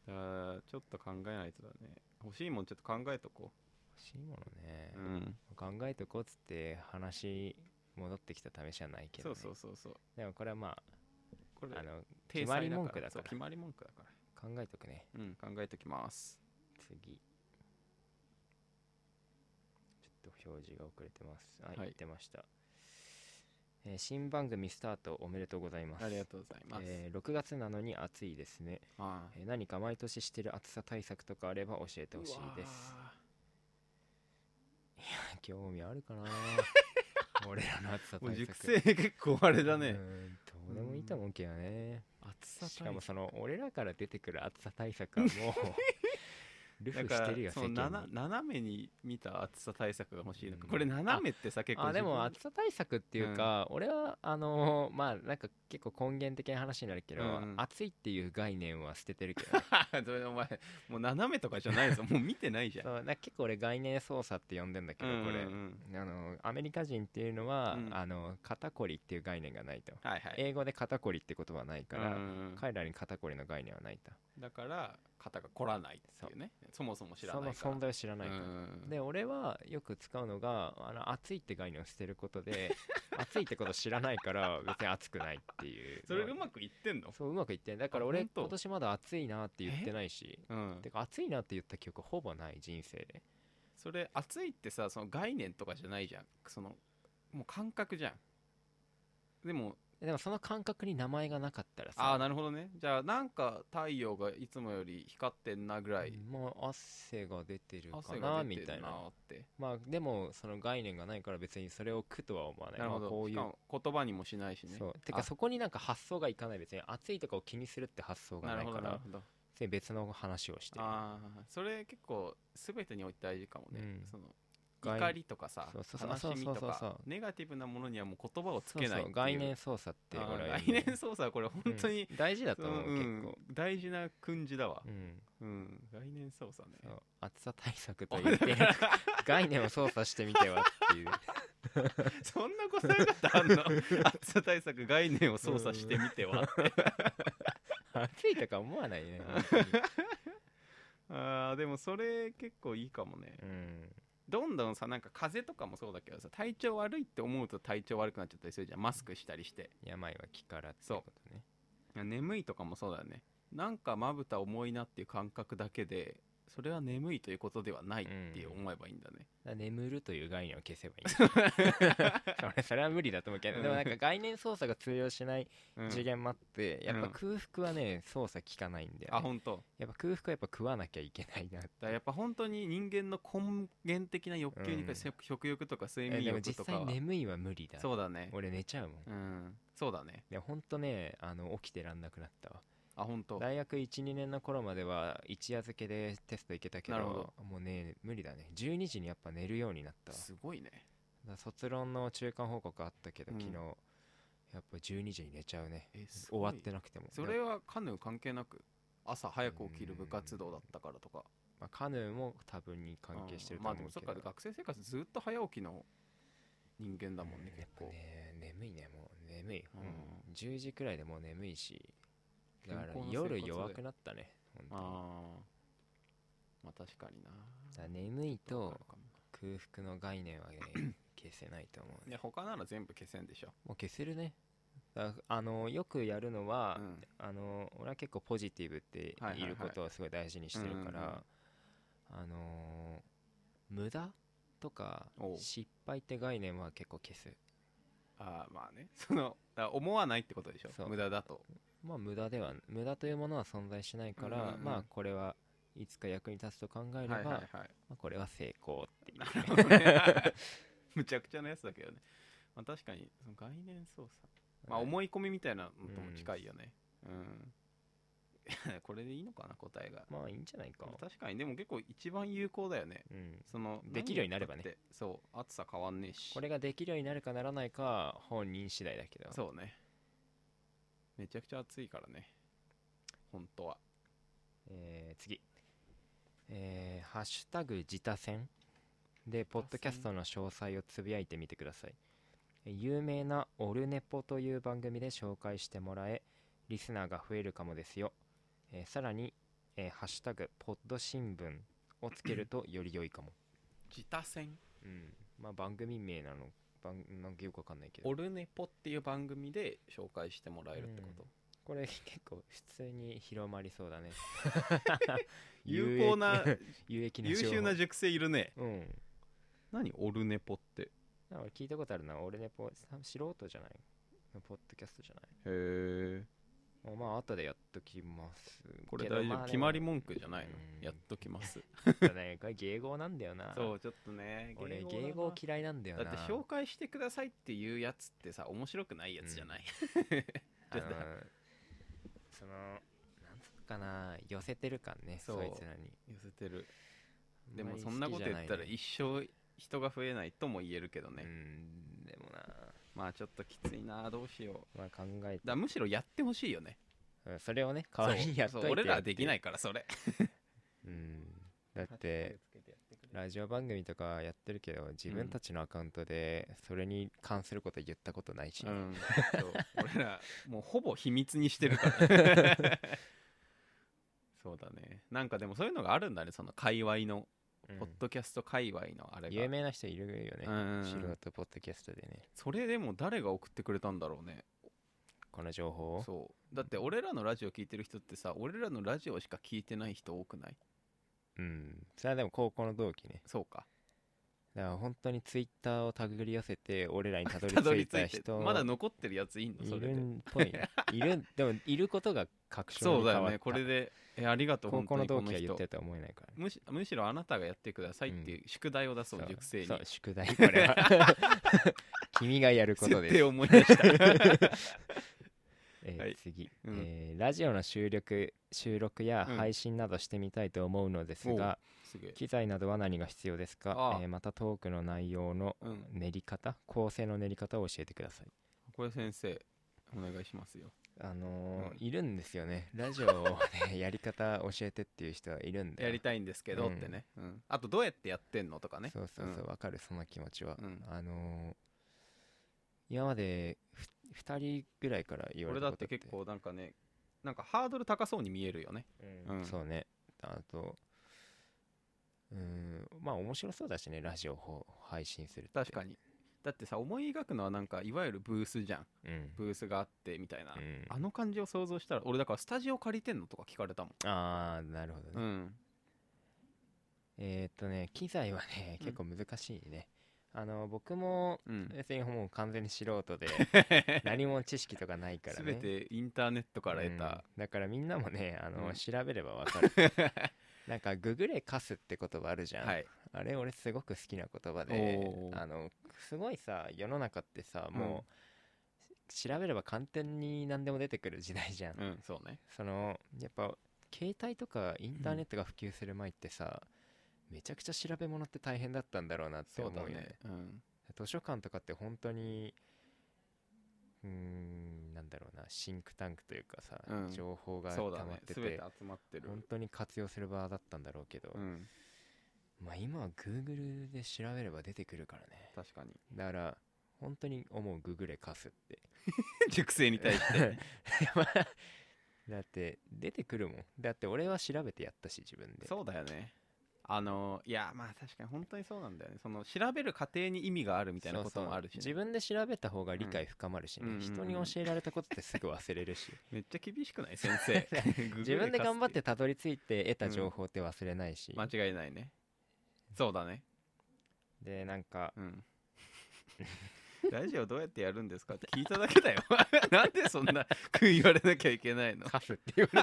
[SPEAKER 2] だからちょっと考えないとだね欲しいもんちょっと考えとこ
[SPEAKER 1] 欲しいものね
[SPEAKER 2] う、う、ん、
[SPEAKER 1] 考えとこうっつって話戻ってきた試しはないけど、
[SPEAKER 2] そ
[SPEAKER 1] ね、
[SPEAKER 2] うそうそうそう
[SPEAKER 1] でもこれはま
[SPEAKER 2] これ
[SPEAKER 1] ああの
[SPEAKER 2] 体裁
[SPEAKER 1] 決まり文句だから
[SPEAKER 2] そう決まり文句だか
[SPEAKER 1] 考えとくね
[SPEAKER 2] らうん考えときます
[SPEAKER 1] 次ちょっと表示が遅れてますはい、
[SPEAKER 2] はい
[SPEAKER 1] 出ました、えー新番組スタートおめでとうございます
[SPEAKER 2] ありがとうございます、
[SPEAKER 1] えー6月なのに暑いですね、
[SPEAKER 2] あ
[SPEAKER 1] えー何か毎年してる暑さ対策とかあれば教えて
[SPEAKER 2] ー
[SPEAKER 1] ほしいです
[SPEAKER 2] うわ
[SPEAKER 1] 興味ある かな俺らの暑さ
[SPEAKER 2] ーもう
[SPEAKER 1] 対
[SPEAKER 2] 熟
[SPEAKER 1] 策
[SPEAKER 2] 成結構あれだね、
[SPEAKER 1] うんどうでもいいと思うけどね
[SPEAKER 2] 暑さ対
[SPEAKER 1] しかもその俺らから出てくる暑さ対策はも うルフ
[SPEAKER 2] だ
[SPEAKER 1] し
[SPEAKER 2] から
[SPEAKER 1] てるよ
[SPEAKER 2] そ
[SPEAKER 1] 世
[SPEAKER 2] の
[SPEAKER 1] 間
[SPEAKER 2] 斜
[SPEAKER 1] に
[SPEAKER 2] 斜めに見た暑さ対策が欲しいのか、
[SPEAKER 1] うん
[SPEAKER 2] これ斜めってさ結構
[SPEAKER 1] あでも
[SPEAKER 2] 自
[SPEAKER 1] 暑さ対策っていうか、俺はあのーまあなんか結構根源的な話になるけど、
[SPEAKER 2] うんうん
[SPEAKER 1] 暑いっていう概念は捨ててる けどね、
[SPEAKER 2] 分それお前もう斜めとかじ ゃないぞもう見てないじゃん
[SPEAKER 1] そうなんか結構俺概念操作って呼んでんだけど
[SPEAKER 2] うんうん
[SPEAKER 1] こ
[SPEAKER 2] うん
[SPEAKER 1] れ、あのアメリカ人っていうのは、
[SPEAKER 2] うん
[SPEAKER 1] あの肩こりっていう概念がないと、
[SPEAKER 2] はいはい
[SPEAKER 1] 英語で肩こりって言葉はないから、
[SPEAKER 2] うんうん
[SPEAKER 1] 彼らに肩こりの概念はないと
[SPEAKER 2] だから肩が凝らないっていうねそもそも知ら
[SPEAKER 1] そ
[SPEAKER 2] な
[SPEAKER 1] の
[SPEAKER 2] いから
[SPEAKER 1] 存在を知らないから、
[SPEAKER 2] うん
[SPEAKER 1] で俺はよく使うのがあの暑いって概念を捨てること で暑いってこと知らないから別に暑くないっていう
[SPEAKER 2] それうまくいってんの
[SPEAKER 1] そううまくいってないだから
[SPEAKER 2] あ
[SPEAKER 1] 俺
[SPEAKER 2] 本当
[SPEAKER 1] 今年まだ暑いなって言ってないし
[SPEAKER 2] うん
[SPEAKER 1] てか暑いなって言った記憶ほぼない人生で
[SPEAKER 2] それ暑いってさその概念とかじゃないじゃんそのもう感覚じゃんでも
[SPEAKER 1] でもその感覚に名前がなかったらさ
[SPEAKER 2] ああなるほどねじゃあなんか太陽がいつもより光ってんなぐらい
[SPEAKER 1] もう汗が出てるか
[SPEAKER 2] 汗が
[SPEAKER 1] な
[SPEAKER 2] 出
[SPEAKER 1] み
[SPEAKER 2] て
[SPEAKER 1] た
[SPEAKER 2] る
[SPEAKER 1] い
[SPEAKER 2] な
[SPEAKER 1] な
[SPEAKER 2] ーって
[SPEAKER 1] まあでもその概念がないから別にそれを苦とは思わない
[SPEAKER 2] なるほ
[SPEAKER 1] まあ
[SPEAKER 2] ど、
[SPEAKER 1] こういう
[SPEAKER 2] しかも言葉にもしないしね
[SPEAKER 1] そうてか
[SPEAKER 2] あ
[SPEAKER 1] そこになんか発想がいかない別に暑いとかを気にするって発想が
[SPEAKER 2] な
[SPEAKER 1] な
[SPEAKER 2] る
[SPEAKER 1] い
[SPEAKER 2] ほ
[SPEAKER 1] か
[SPEAKER 2] どなる
[SPEAKER 1] ら
[SPEAKER 2] ほど
[SPEAKER 1] 別に別の話をしてる
[SPEAKER 2] ああそれ結構全てにおいて大事かもね、
[SPEAKER 1] うん
[SPEAKER 2] その
[SPEAKER 1] 概
[SPEAKER 2] 怒りとかさ
[SPEAKER 1] そうそうそう
[SPEAKER 2] 悲しみ
[SPEAKER 1] あそうそう
[SPEAKER 2] と
[SPEAKER 1] そうそう
[SPEAKER 2] かネガティブなものにはもう言葉をつけ
[SPEAKER 1] そ
[SPEAKER 2] ない
[SPEAKER 1] う
[SPEAKER 2] って
[SPEAKER 1] そ
[SPEAKER 2] いうう
[SPEAKER 1] 概念操作って
[SPEAKER 2] あー
[SPEAKER 1] 俺は
[SPEAKER 2] 概
[SPEAKER 1] 言うね
[SPEAKER 2] 念操作はこれ本当に、
[SPEAKER 1] うん大事だと
[SPEAKER 2] その
[SPEAKER 1] 思う
[SPEAKER 2] う
[SPEAKER 1] 結
[SPEAKER 2] ん
[SPEAKER 1] 構
[SPEAKER 2] 大事な訓示だわ
[SPEAKER 1] う、ん
[SPEAKER 2] うん、概念操作ね
[SPEAKER 1] そう暑さ対策と 言って概念を操作してみてはっていう
[SPEAKER 2] そんな答え方あんの 暑さ対策概念を操作してみて はって
[SPEAKER 1] 暑いとか思わないね本当に
[SPEAKER 2] あーでもそれ結構いいかもね
[SPEAKER 1] うん
[SPEAKER 2] どんどんさなんか風邪とかもそうだけどさ体調悪いって思うと体調悪くなっちゃったりするじゃんマスクしたりして
[SPEAKER 1] 病は気からってことね
[SPEAKER 2] 眠いとかもそうだよねなんかまぶた重いなっていう感覚だけでそれは眠いということではないって思えばいいんだね、
[SPEAKER 1] ら眠るという概念を消せ ばいいんだそれ それは無理だと思うけどでもなんか概念操作が通用しない
[SPEAKER 2] うん
[SPEAKER 1] 次元もあって、やっ
[SPEAKER 2] う
[SPEAKER 1] ぱ
[SPEAKER 2] ん
[SPEAKER 1] 空腹はね操作効かないんだよ、
[SPEAKER 2] あ
[SPEAKER 1] ね
[SPEAKER 2] 本当だか
[SPEAKER 1] やっぱ空腹はやっぱ食わなきゃいけないなって
[SPEAKER 2] らやっぱ本当に人間の根源的な欲求に、
[SPEAKER 1] うん
[SPEAKER 2] 食欲とか睡
[SPEAKER 1] え
[SPEAKER 2] 眠
[SPEAKER 1] でも
[SPEAKER 2] 欲と
[SPEAKER 1] 実
[SPEAKER 2] か
[SPEAKER 1] 際眠いは無理だ
[SPEAKER 2] そうだね
[SPEAKER 1] 俺寝ちゃうもん
[SPEAKER 2] うんそうだね
[SPEAKER 1] でほんとねあの起きてらんなくなったわ
[SPEAKER 2] あ本当
[SPEAKER 1] 大学12年の頃までは一夜漬けでテスト行けたけど
[SPEAKER 2] なるほ
[SPEAKER 1] もうね無理だね12時にやっぱ寝るようになったわ
[SPEAKER 2] すごいね
[SPEAKER 1] だから卒論の中間報告あったけど、
[SPEAKER 2] うん
[SPEAKER 1] 昨日やっぱ12時に寝ちゃうね
[SPEAKER 2] えす
[SPEAKER 1] 終
[SPEAKER 2] ご
[SPEAKER 1] わ
[SPEAKER 2] い
[SPEAKER 1] ってなくても
[SPEAKER 2] そ
[SPEAKER 1] だ
[SPEAKER 2] れはカヌー関係なく朝早く起きる部活動だったからとか
[SPEAKER 1] まあ、カヌーも多分に関係してる
[SPEAKER 2] うん
[SPEAKER 1] と
[SPEAKER 2] まあ
[SPEAKER 1] 思
[SPEAKER 2] でも
[SPEAKER 1] う
[SPEAKER 2] そ
[SPEAKER 1] け
[SPEAKER 2] っ
[SPEAKER 1] ど、
[SPEAKER 2] か学生生活ずっと早起きの人間だもんね
[SPEAKER 1] うや
[SPEAKER 2] 結
[SPEAKER 1] っぱ
[SPEAKER 2] 構
[SPEAKER 1] ね眠いねもう眠い、
[SPEAKER 2] う
[SPEAKER 1] うんん10時くらいでもう眠いしだから
[SPEAKER 2] 健康な生活
[SPEAKER 1] 夜
[SPEAKER 2] で
[SPEAKER 1] 弱くなったね本当に
[SPEAKER 2] あーまあ確かにな
[SPEAKER 1] だから眠い
[SPEAKER 2] わか
[SPEAKER 1] と
[SPEAKER 2] るかも
[SPEAKER 1] 空腹の概念はね消せないと思う
[SPEAKER 2] いや他なら全部消せんでしょ
[SPEAKER 1] もう消せるねだからあのよくやるのは、
[SPEAKER 2] うん
[SPEAKER 1] あの俺は結構ポジティブって
[SPEAKER 2] はいはい
[SPEAKER 1] い
[SPEAKER 2] はい
[SPEAKER 1] ることをすごい大事にしてるから、あのー無駄とか
[SPEAKER 2] おう
[SPEAKER 1] 失敗って概念は結構消す
[SPEAKER 2] ああまあね そのだから思わないってことでし
[SPEAKER 1] そ
[SPEAKER 2] ょ
[SPEAKER 1] う
[SPEAKER 2] 無駄だと
[SPEAKER 1] まあ無駄では無駄というものは存在しないから、
[SPEAKER 2] うんうんうん
[SPEAKER 1] まあこれはいつか役に立つと考えれば、
[SPEAKER 2] はいはいはい
[SPEAKER 1] まあ、これは成功っていう
[SPEAKER 2] なるほどね むちゃくちゃなやつだけどね、まあ、確かにその概念操作まあ
[SPEAKER 1] はい
[SPEAKER 2] 思い込みみたいなのとも近いよねうん、 これでいいのかな答えが
[SPEAKER 1] まあいいんじゃないか、
[SPEAKER 2] 確かにでも結構一番有効だよね
[SPEAKER 1] うん、
[SPEAKER 2] その
[SPEAKER 1] できるようになればね
[SPEAKER 2] 何をやったってそう暑さ変わんねえし
[SPEAKER 1] これができるようになるかならないかは本人次第だけど
[SPEAKER 2] そうねめちゃくちゃ暑いからね本当は
[SPEAKER 1] えー次、えーハッシュタグ自他戦」でポッドキャストの詳細をつぶやいてみてくださいえー有名な「オルネポ」という番組で紹介してもらえリスナーが増えるかもですよ、えーさらに、えーハッシュタグポッド新聞」をつけるとより良いかも、
[SPEAKER 2] 自他戦
[SPEAKER 1] うん、まあ番組名なの番なんかよくわかんないけど
[SPEAKER 2] オルネポっていう番組で紹介してもらえるってこと、
[SPEAKER 1] これ結構普通に広まりそうだね
[SPEAKER 2] 有効な
[SPEAKER 1] 有益な
[SPEAKER 2] 優
[SPEAKER 1] 情報
[SPEAKER 2] 秀な熟成いるね
[SPEAKER 1] うん
[SPEAKER 2] 何オルネポってへ
[SPEAKER 1] なんか俺聞いたことあるな、俺ね、ポさ素人じゃないポッドキャストじゃない
[SPEAKER 2] え
[SPEAKER 1] あまあ、後でやっときますけど。
[SPEAKER 2] これ大丈
[SPEAKER 1] まあ
[SPEAKER 2] 夫
[SPEAKER 1] ね
[SPEAKER 2] 決まり文句じゃないの
[SPEAKER 1] うん
[SPEAKER 2] やっときます
[SPEAKER 1] ちょっとね、これ迎合なんだよな。
[SPEAKER 2] そうちょっとね
[SPEAKER 1] 俺、
[SPEAKER 2] だな
[SPEAKER 1] 迎合嫌いなんだよ
[SPEAKER 2] だ
[SPEAKER 1] な。
[SPEAKER 2] って紹介してくださいっていうやつってさ面白くないやつじゃない、
[SPEAKER 1] あの
[SPEAKER 2] ちょっと
[SPEAKER 1] その、なんつうかな、寄せてる感ね、
[SPEAKER 2] そ
[SPEAKER 1] そういつらに。
[SPEAKER 2] 寄せてる
[SPEAKER 1] あ
[SPEAKER 2] で
[SPEAKER 1] ま
[SPEAKER 2] も
[SPEAKER 1] り
[SPEAKER 2] そんなこと言ったら
[SPEAKER 1] 好き
[SPEAKER 2] 一生人が増えないとも言えるけど
[SPEAKER 1] じ
[SPEAKER 2] ね、
[SPEAKER 1] ゃないね。うん、でもな、
[SPEAKER 2] まあちょっときついなどうしよう
[SPEAKER 1] まあ考えて
[SPEAKER 2] だからむしろやってほしいよね
[SPEAKER 1] うん、それをね、代わりにやっといて。
[SPEAKER 2] そうそう俺らできないいからそれ
[SPEAKER 1] うん。だって、ラジオ番組とかやってるけど自
[SPEAKER 2] うん
[SPEAKER 1] 分たちのアカウントでそれに関すること言ったことないし、
[SPEAKER 2] うん、そう俺らもうほぼ秘密にしてるから そうだねなんかでもそういうのがあるんだねその界隈の、
[SPEAKER 1] うん
[SPEAKER 2] ポッドキャスト界隈のあれが
[SPEAKER 1] 有名な人いるよね、
[SPEAKER 2] うん
[SPEAKER 1] 素人ポッドキャストでね
[SPEAKER 2] それでも誰が送ってくれたんだろうね
[SPEAKER 1] この情報を
[SPEAKER 2] そうだって俺らのラジオ聞いてる人ってさ俺らのラジオしか聞いてない人多くない
[SPEAKER 1] うんそれはでも高校の同期ね
[SPEAKER 2] そうか
[SPEAKER 1] だから本当にツイッターをたぐり寄せて俺らにたどり
[SPEAKER 2] たど
[SPEAKER 1] 着
[SPEAKER 2] り
[SPEAKER 1] い
[SPEAKER 2] 着
[SPEAKER 1] た
[SPEAKER 2] いて
[SPEAKER 1] 人
[SPEAKER 2] まだ残ってるやついんの
[SPEAKER 1] い
[SPEAKER 2] それ
[SPEAKER 1] る
[SPEAKER 2] で
[SPEAKER 1] んぽいねいるんでもいることが確証
[SPEAKER 2] そ
[SPEAKER 1] に
[SPEAKER 2] うだ
[SPEAKER 1] 変
[SPEAKER 2] よ
[SPEAKER 1] わった
[SPEAKER 2] ねこれでえありがとう
[SPEAKER 1] 高校の
[SPEAKER 2] 本当
[SPEAKER 1] 同
[SPEAKER 2] にこ
[SPEAKER 1] 期が言
[SPEAKER 2] 人
[SPEAKER 1] ってたとは思えないからね
[SPEAKER 2] むしむしろあなたがやってくださいっていう宿題を出そう、熟成に
[SPEAKER 1] そう宿題これは 君がやることで
[SPEAKER 2] 設
[SPEAKER 1] す
[SPEAKER 2] 定を思い出 した
[SPEAKER 1] えー
[SPEAKER 2] はい
[SPEAKER 1] 次、
[SPEAKER 2] うん
[SPEAKER 1] えーラジオの収録収録や
[SPEAKER 2] うん
[SPEAKER 1] 配信などしてみたいと思うのですが、
[SPEAKER 2] すげえ
[SPEAKER 1] 機材などは何が必要です
[SPEAKER 2] あ
[SPEAKER 1] か
[SPEAKER 2] あ、
[SPEAKER 1] えーまたトークの内容の
[SPEAKER 2] うん
[SPEAKER 1] 練り方構成の練り方を教えてください
[SPEAKER 2] これ先生お願いしますよ
[SPEAKER 1] あのー
[SPEAKER 2] うん
[SPEAKER 1] いるんですよねラジオを、ね、やり方教えてっていう人はいるんだよ
[SPEAKER 2] やりたいんですけどってね、うんあとどうやってやってんのとかね
[SPEAKER 1] そうそうそう、
[SPEAKER 2] ん
[SPEAKER 1] わかるその気持ちは、
[SPEAKER 2] うん
[SPEAKER 1] あのー今まで2人ぐらいから言わ
[SPEAKER 2] 俺
[SPEAKER 1] れた
[SPEAKER 2] だっ
[SPEAKER 1] こと
[SPEAKER 2] て
[SPEAKER 1] って
[SPEAKER 2] 結構なんかねなんかハードル高そうに見えるよね
[SPEAKER 1] うん
[SPEAKER 2] うん
[SPEAKER 1] そうねあとうんまあ面白そうだしねラジオを配信するって
[SPEAKER 2] 確かにだってさ思い描くのはなんかいわゆるブースじゃん
[SPEAKER 1] うん、
[SPEAKER 2] ブースがあってみたいな、
[SPEAKER 1] うん
[SPEAKER 2] あの感じを想像したら俺だからスタジオ借りてんのとか聞かれたもん
[SPEAKER 1] ああなるほど
[SPEAKER 2] う
[SPEAKER 1] ね、
[SPEAKER 2] ん
[SPEAKER 1] えーっとね機材はね
[SPEAKER 2] うん
[SPEAKER 1] 結構難しいね、あの僕も
[SPEAKER 2] うん
[SPEAKER 1] 別にもう完全に素人 で何も知識とかないからね
[SPEAKER 2] 全てインターネットから得た、
[SPEAKER 1] うんだからみんなもねあの、
[SPEAKER 2] うん
[SPEAKER 1] 調べればわか るなんかググれカスって言葉あるじゃん、
[SPEAKER 2] はい
[SPEAKER 1] あれ俺すごく好きな言葉
[SPEAKER 2] お
[SPEAKER 1] で
[SPEAKER 2] ー
[SPEAKER 1] あのすごいさ世の中ってさ
[SPEAKER 2] うん
[SPEAKER 1] もう、調べれば簡単に何でも出てくる時代じゃん、
[SPEAKER 2] うんそうね
[SPEAKER 1] そのやっぱ携帯とかインターネットが普及する前ってさ、めちゃくちゃ調べ物って大変だったんだろうなって
[SPEAKER 2] そ
[SPEAKER 1] 思
[SPEAKER 2] う
[SPEAKER 1] うよ
[SPEAKER 2] だ
[SPEAKER 1] ね
[SPEAKER 2] ねうん
[SPEAKER 1] 図書館とかって本当にうーんなんだろうなシンクタンクというかさ、
[SPEAKER 2] うん
[SPEAKER 1] 情報が溜
[SPEAKER 2] そうだ
[SPEAKER 1] ま
[SPEAKER 2] ね
[SPEAKER 1] ってて
[SPEAKER 2] 全て集まってる
[SPEAKER 1] 本当に活用する場だったんだろうけど、
[SPEAKER 2] うん
[SPEAKER 1] まあ今は Google で調べれば出てくるからね
[SPEAKER 2] 確かに
[SPEAKER 1] だから本当に思う Google で貸すって
[SPEAKER 2] 熟成に対 して
[SPEAKER 1] だって出てくるもんだって俺は調べてやったし自分で
[SPEAKER 2] そうだよねあのいやまあ確かに本当にそうなんだよねその調べる過程に意味があるみたいなこともあるし、
[SPEAKER 1] そ
[SPEAKER 2] ね、
[SPEAKER 1] うそう自分で調べた方が理解深まるしね、
[SPEAKER 2] うん
[SPEAKER 1] 人に教えられたことってすぐ忘れる し
[SPEAKER 2] めっちゃ厳しくない先 生
[SPEAKER 1] 自分で頑張って
[SPEAKER 2] Google
[SPEAKER 1] たどり着いて得た情報って忘れないし、
[SPEAKER 2] かつ て間違いないねそうだね
[SPEAKER 1] でなんか
[SPEAKER 2] うんラジオどうやってやるんですかって聞いただけだよ なんでそんな言われなきゃいけないの
[SPEAKER 1] カスって言わ れ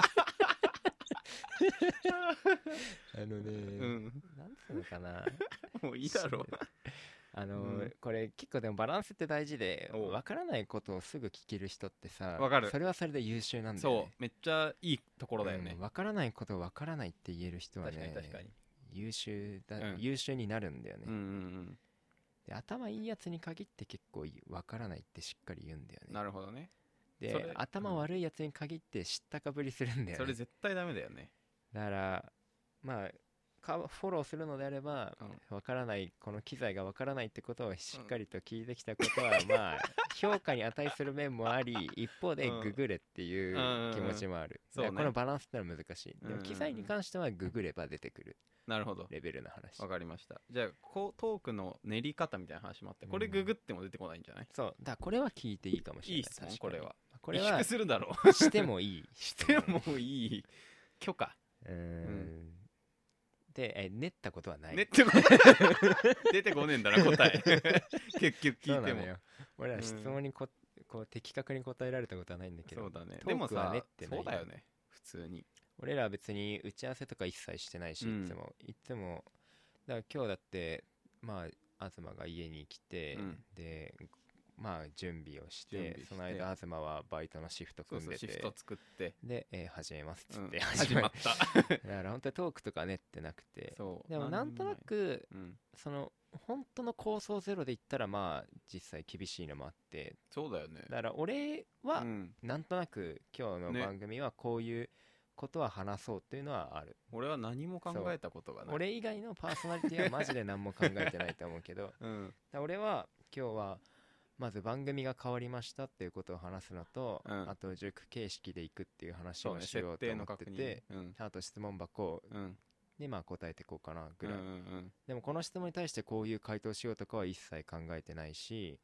[SPEAKER 1] あのね、
[SPEAKER 2] うん
[SPEAKER 1] なんつうのかな
[SPEAKER 2] もういいだろ
[SPEAKER 1] あの、
[SPEAKER 2] うん
[SPEAKER 1] これ結構でもバランスって大事で
[SPEAKER 2] おう
[SPEAKER 1] わからないことをすぐ聞ける人ってさ
[SPEAKER 2] わかる
[SPEAKER 1] それはそれで優秀なんだよ、
[SPEAKER 2] そ
[SPEAKER 1] ね
[SPEAKER 2] う、めっちゃいいところだよね
[SPEAKER 1] うん、わからないことをわからないって言える人は
[SPEAKER 2] 確か
[SPEAKER 1] ね
[SPEAKER 2] に確かに
[SPEAKER 1] 優秀だ、
[SPEAKER 2] うん
[SPEAKER 1] 優秀になるんだよね、
[SPEAKER 2] うんうん
[SPEAKER 1] で頭いいやつに限って結構わからないってしっかり言うんだよ
[SPEAKER 2] うん
[SPEAKER 1] ね
[SPEAKER 2] なるほどねそ
[SPEAKER 1] で
[SPEAKER 2] れ
[SPEAKER 1] 頭
[SPEAKER 2] うん
[SPEAKER 1] 悪いやつに限って知ったかぶりするんだよね
[SPEAKER 2] それ絶対ダメだよね
[SPEAKER 1] だからまあかフォローするのであれば
[SPEAKER 2] うん
[SPEAKER 1] わからないこの機材がわからないってことをしっかりと聞いてきたことは、まあ評価に値する面もあ り一方で
[SPEAKER 2] うん
[SPEAKER 1] ググれっていう気持ちもある、
[SPEAKER 2] うんうん
[SPEAKER 1] だから
[SPEAKER 2] うんそうね
[SPEAKER 1] このバランスってのは難しい、で
[SPEAKER 2] うんうん
[SPEAKER 1] も
[SPEAKER 2] うん
[SPEAKER 1] 機材に関してはググれば出てくる
[SPEAKER 2] なるほど
[SPEAKER 1] レベルの話、
[SPEAKER 2] わかりましたじゃあこうトークの練り方みたいな話もあってこれ
[SPEAKER 1] うん
[SPEAKER 2] ググっても出てこないんじゃない、
[SPEAKER 1] そうだからこれは聞いていいかもしれない
[SPEAKER 2] いい質問
[SPEAKER 1] 確か
[SPEAKER 2] こ
[SPEAKER 1] に
[SPEAKER 2] れは
[SPEAKER 1] これ
[SPEAKER 2] 萎
[SPEAKER 1] は
[SPEAKER 2] 縮するだろう
[SPEAKER 1] してもいい
[SPEAKER 2] してもいい許可
[SPEAKER 1] うーん
[SPEAKER 2] ん
[SPEAKER 1] でえ練ったことはない、
[SPEAKER 2] ねってこと 出てこねえんだな答 え結局聞いて
[SPEAKER 1] そうな
[SPEAKER 2] も
[SPEAKER 1] のよ俺
[SPEAKER 2] う
[SPEAKER 1] ら
[SPEAKER 2] ん
[SPEAKER 1] 質問にこ,、こう的確に答えられたことはないんだけ
[SPEAKER 2] そ
[SPEAKER 1] ど
[SPEAKER 2] うだね
[SPEAKER 1] ト
[SPEAKER 2] でも
[SPEAKER 1] ークは
[SPEAKER 2] さ
[SPEAKER 1] ねってない
[SPEAKER 2] そうだよね普通に
[SPEAKER 1] 俺らは別に打ち合わせとか一切してないし、
[SPEAKER 2] うん
[SPEAKER 1] いつもいつもだから今日だってまあ東が家に来て、
[SPEAKER 2] うん
[SPEAKER 1] でまあ準備をして
[SPEAKER 2] 準備し
[SPEAKER 1] そ
[SPEAKER 2] て
[SPEAKER 1] の間東はバイトのシフト
[SPEAKER 2] そ
[SPEAKER 1] 組
[SPEAKER 2] う
[SPEAKER 1] ん
[SPEAKER 2] そう
[SPEAKER 1] でて
[SPEAKER 2] シフト作って、
[SPEAKER 1] で、えー始めますっつ
[SPEAKER 2] う
[SPEAKER 1] っ
[SPEAKER 2] ん
[SPEAKER 1] て、
[SPEAKER 2] 始まった
[SPEAKER 1] るだから本当にトークとかねってなくて
[SPEAKER 2] そう
[SPEAKER 1] でもなんとな、く
[SPEAKER 2] 何にもいうん、
[SPEAKER 1] その本当の構想ゼロで言ったらまあ実際厳しいのもあって
[SPEAKER 2] そうだよね
[SPEAKER 1] だから俺は、
[SPEAKER 2] うん、
[SPEAKER 1] なんとなく今日の
[SPEAKER 2] ね
[SPEAKER 1] 番組はこういうことは話そうっていうのはある、
[SPEAKER 2] 俺は何も考えたことがない
[SPEAKER 1] 俺以外のパーソナリティはマジで何も考えてないと思うけ どだか
[SPEAKER 2] うん
[SPEAKER 1] ら俺は今日はまず番組が変わりましたっていうことを話すのと、
[SPEAKER 2] うん
[SPEAKER 1] あと塾形式で行くっていう話
[SPEAKER 2] そう
[SPEAKER 1] を
[SPEAKER 2] ね
[SPEAKER 1] しよ
[SPEAKER 2] 設
[SPEAKER 1] うと
[SPEAKER 2] 定
[SPEAKER 1] 思
[SPEAKER 2] の
[SPEAKER 1] って
[SPEAKER 2] 確
[SPEAKER 1] て、
[SPEAKER 2] 認うん
[SPEAKER 1] あと質問箱
[SPEAKER 2] うん
[SPEAKER 1] でまあ答えていこうかなぐ
[SPEAKER 2] うんう
[SPEAKER 1] らい、
[SPEAKER 2] ん
[SPEAKER 1] でもこの質問に対してこういう回答しようとかは一切考えてないし、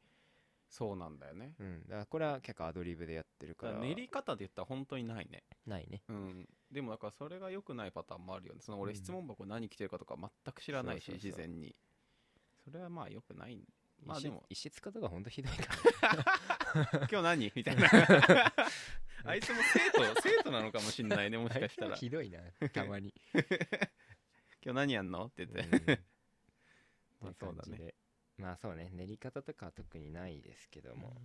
[SPEAKER 2] そうなんだよね
[SPEAKER 1] うん、だからこれは結構アドリブでやってるか
[SPEAKER 2] だ
[SPEAKER 1] ら
[SPEAKER 2] から練り方で言ったら本当にないね
[SPEAKER 1] ないね
[SPEAKER 2] うんでもだからそれが良くないパターンもあるよねその俺
[SPEAKER 1] うん
[SPEAKER 2] 質問箱何来てるかとか全く知らないし、
[SPEAKER 1] そうそうそう
[SPEAKER 2] 事前にそれはまあ良くないんまあ
[SPEAKER 1] 石
[SPEAKER 2] でも
[SPEAKER 1] 石塚とかほんとひどいから
[SPEAKER 2] 今日何みた いなあいつも生徒生徒なのかもしん ないねもしかしたら
[SPEAKER 1] あいつもひどいなたま に
[SPEAKER 2] 今日何やんのって言って、
[SPEAKER 1] ま
[SPEAKER 2] ま
[SPEAKER 1] あ
[SPEAKER 2] あ
[SPEAKER 1] そ
[SPEAKER 2] そうう
[SPEAKER 1] だ
[SPEAKER 2] だね
[SPEAKER 1] ねまあそうね練り方とかは特にないですけども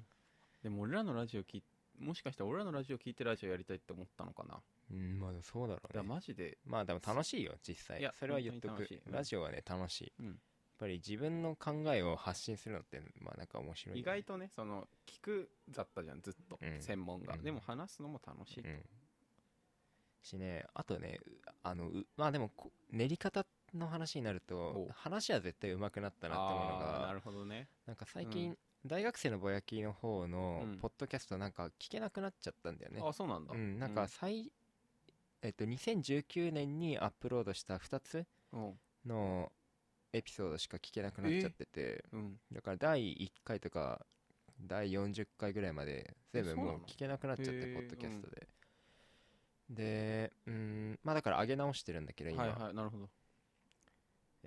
[SPEAKER 2] でも俺らのラジオ聞いもしかしたら俺らのラジオ聞いてラジオやりたいって思ったのかな、
[SPEAKER 1] うんまあそうだろ
[SPEAKER 2] だから
[SPEAKER 1] うね
[SPEAKER 2] マジで
[SPEAKER 1] まあでも楽しいよ実際
[SPEAKER 2] いや
[SPEAKER 1] それは言っと
[SPEAKER 2] 本
[SPEAKER 1] く
[SPEAKER 2] 当に楽しいうん
[SPEAKER 1] ラジオはね楽しい
[SPEAKER 2] うん
[SPEAKER 1] やっぱり自分の考えを発信するのってまあなんか面白いよね
[SPEAKER 2] 意外とねその聞くだったじゃんずっと、
[SPEAKER 1] うん
[SPEAKER 2] 専門が、
[SPEAKER 1] うん
[SPEAKER 2] でも話すのも楽しい、
[SPEAKER 1] うんしねあとねうあのうまあでもこ練り方の話になると
[SPEAKER 2] お
[SPEAKER 1] 話は絶対上手くなったなって思うの
[SPEAKER 2] ああ
[SPEAKER 1] が
[SPEAKER 2] なるほどね
[SPEAKER 1] なんか最近、大学生のぼやきの方の
[SPEAKER 2] うん
[SPEAKER 1] ポッドキャストなんか聞けなくなっちゃったんだよね。
[SPEAKER 2] あそうなんだ、
[SPEAKER 1] うん、なんか最、えっと、2019年にアップロードした2つ
[SPEAKER 2] うん
[SPEAKER 1] のエピソードしか聞けなくなっちゃってて、
[SPEAKER 2] うん
[SPEAKER 1] だから第1回とか第40回ぐらいまで全部
[SPEAKER 2] そうな
[SPEAKER 1] もう
[SPEAKER 2] の
[SPEAKER 1] 聞けなくなっちゃって、
[SPEAKER 2] へー
[SPEAKER 1] ポッドキャストで。で、うん、まあだから上げ直してるんだけど、今。
[SPEAKER 2] はいはいなるほど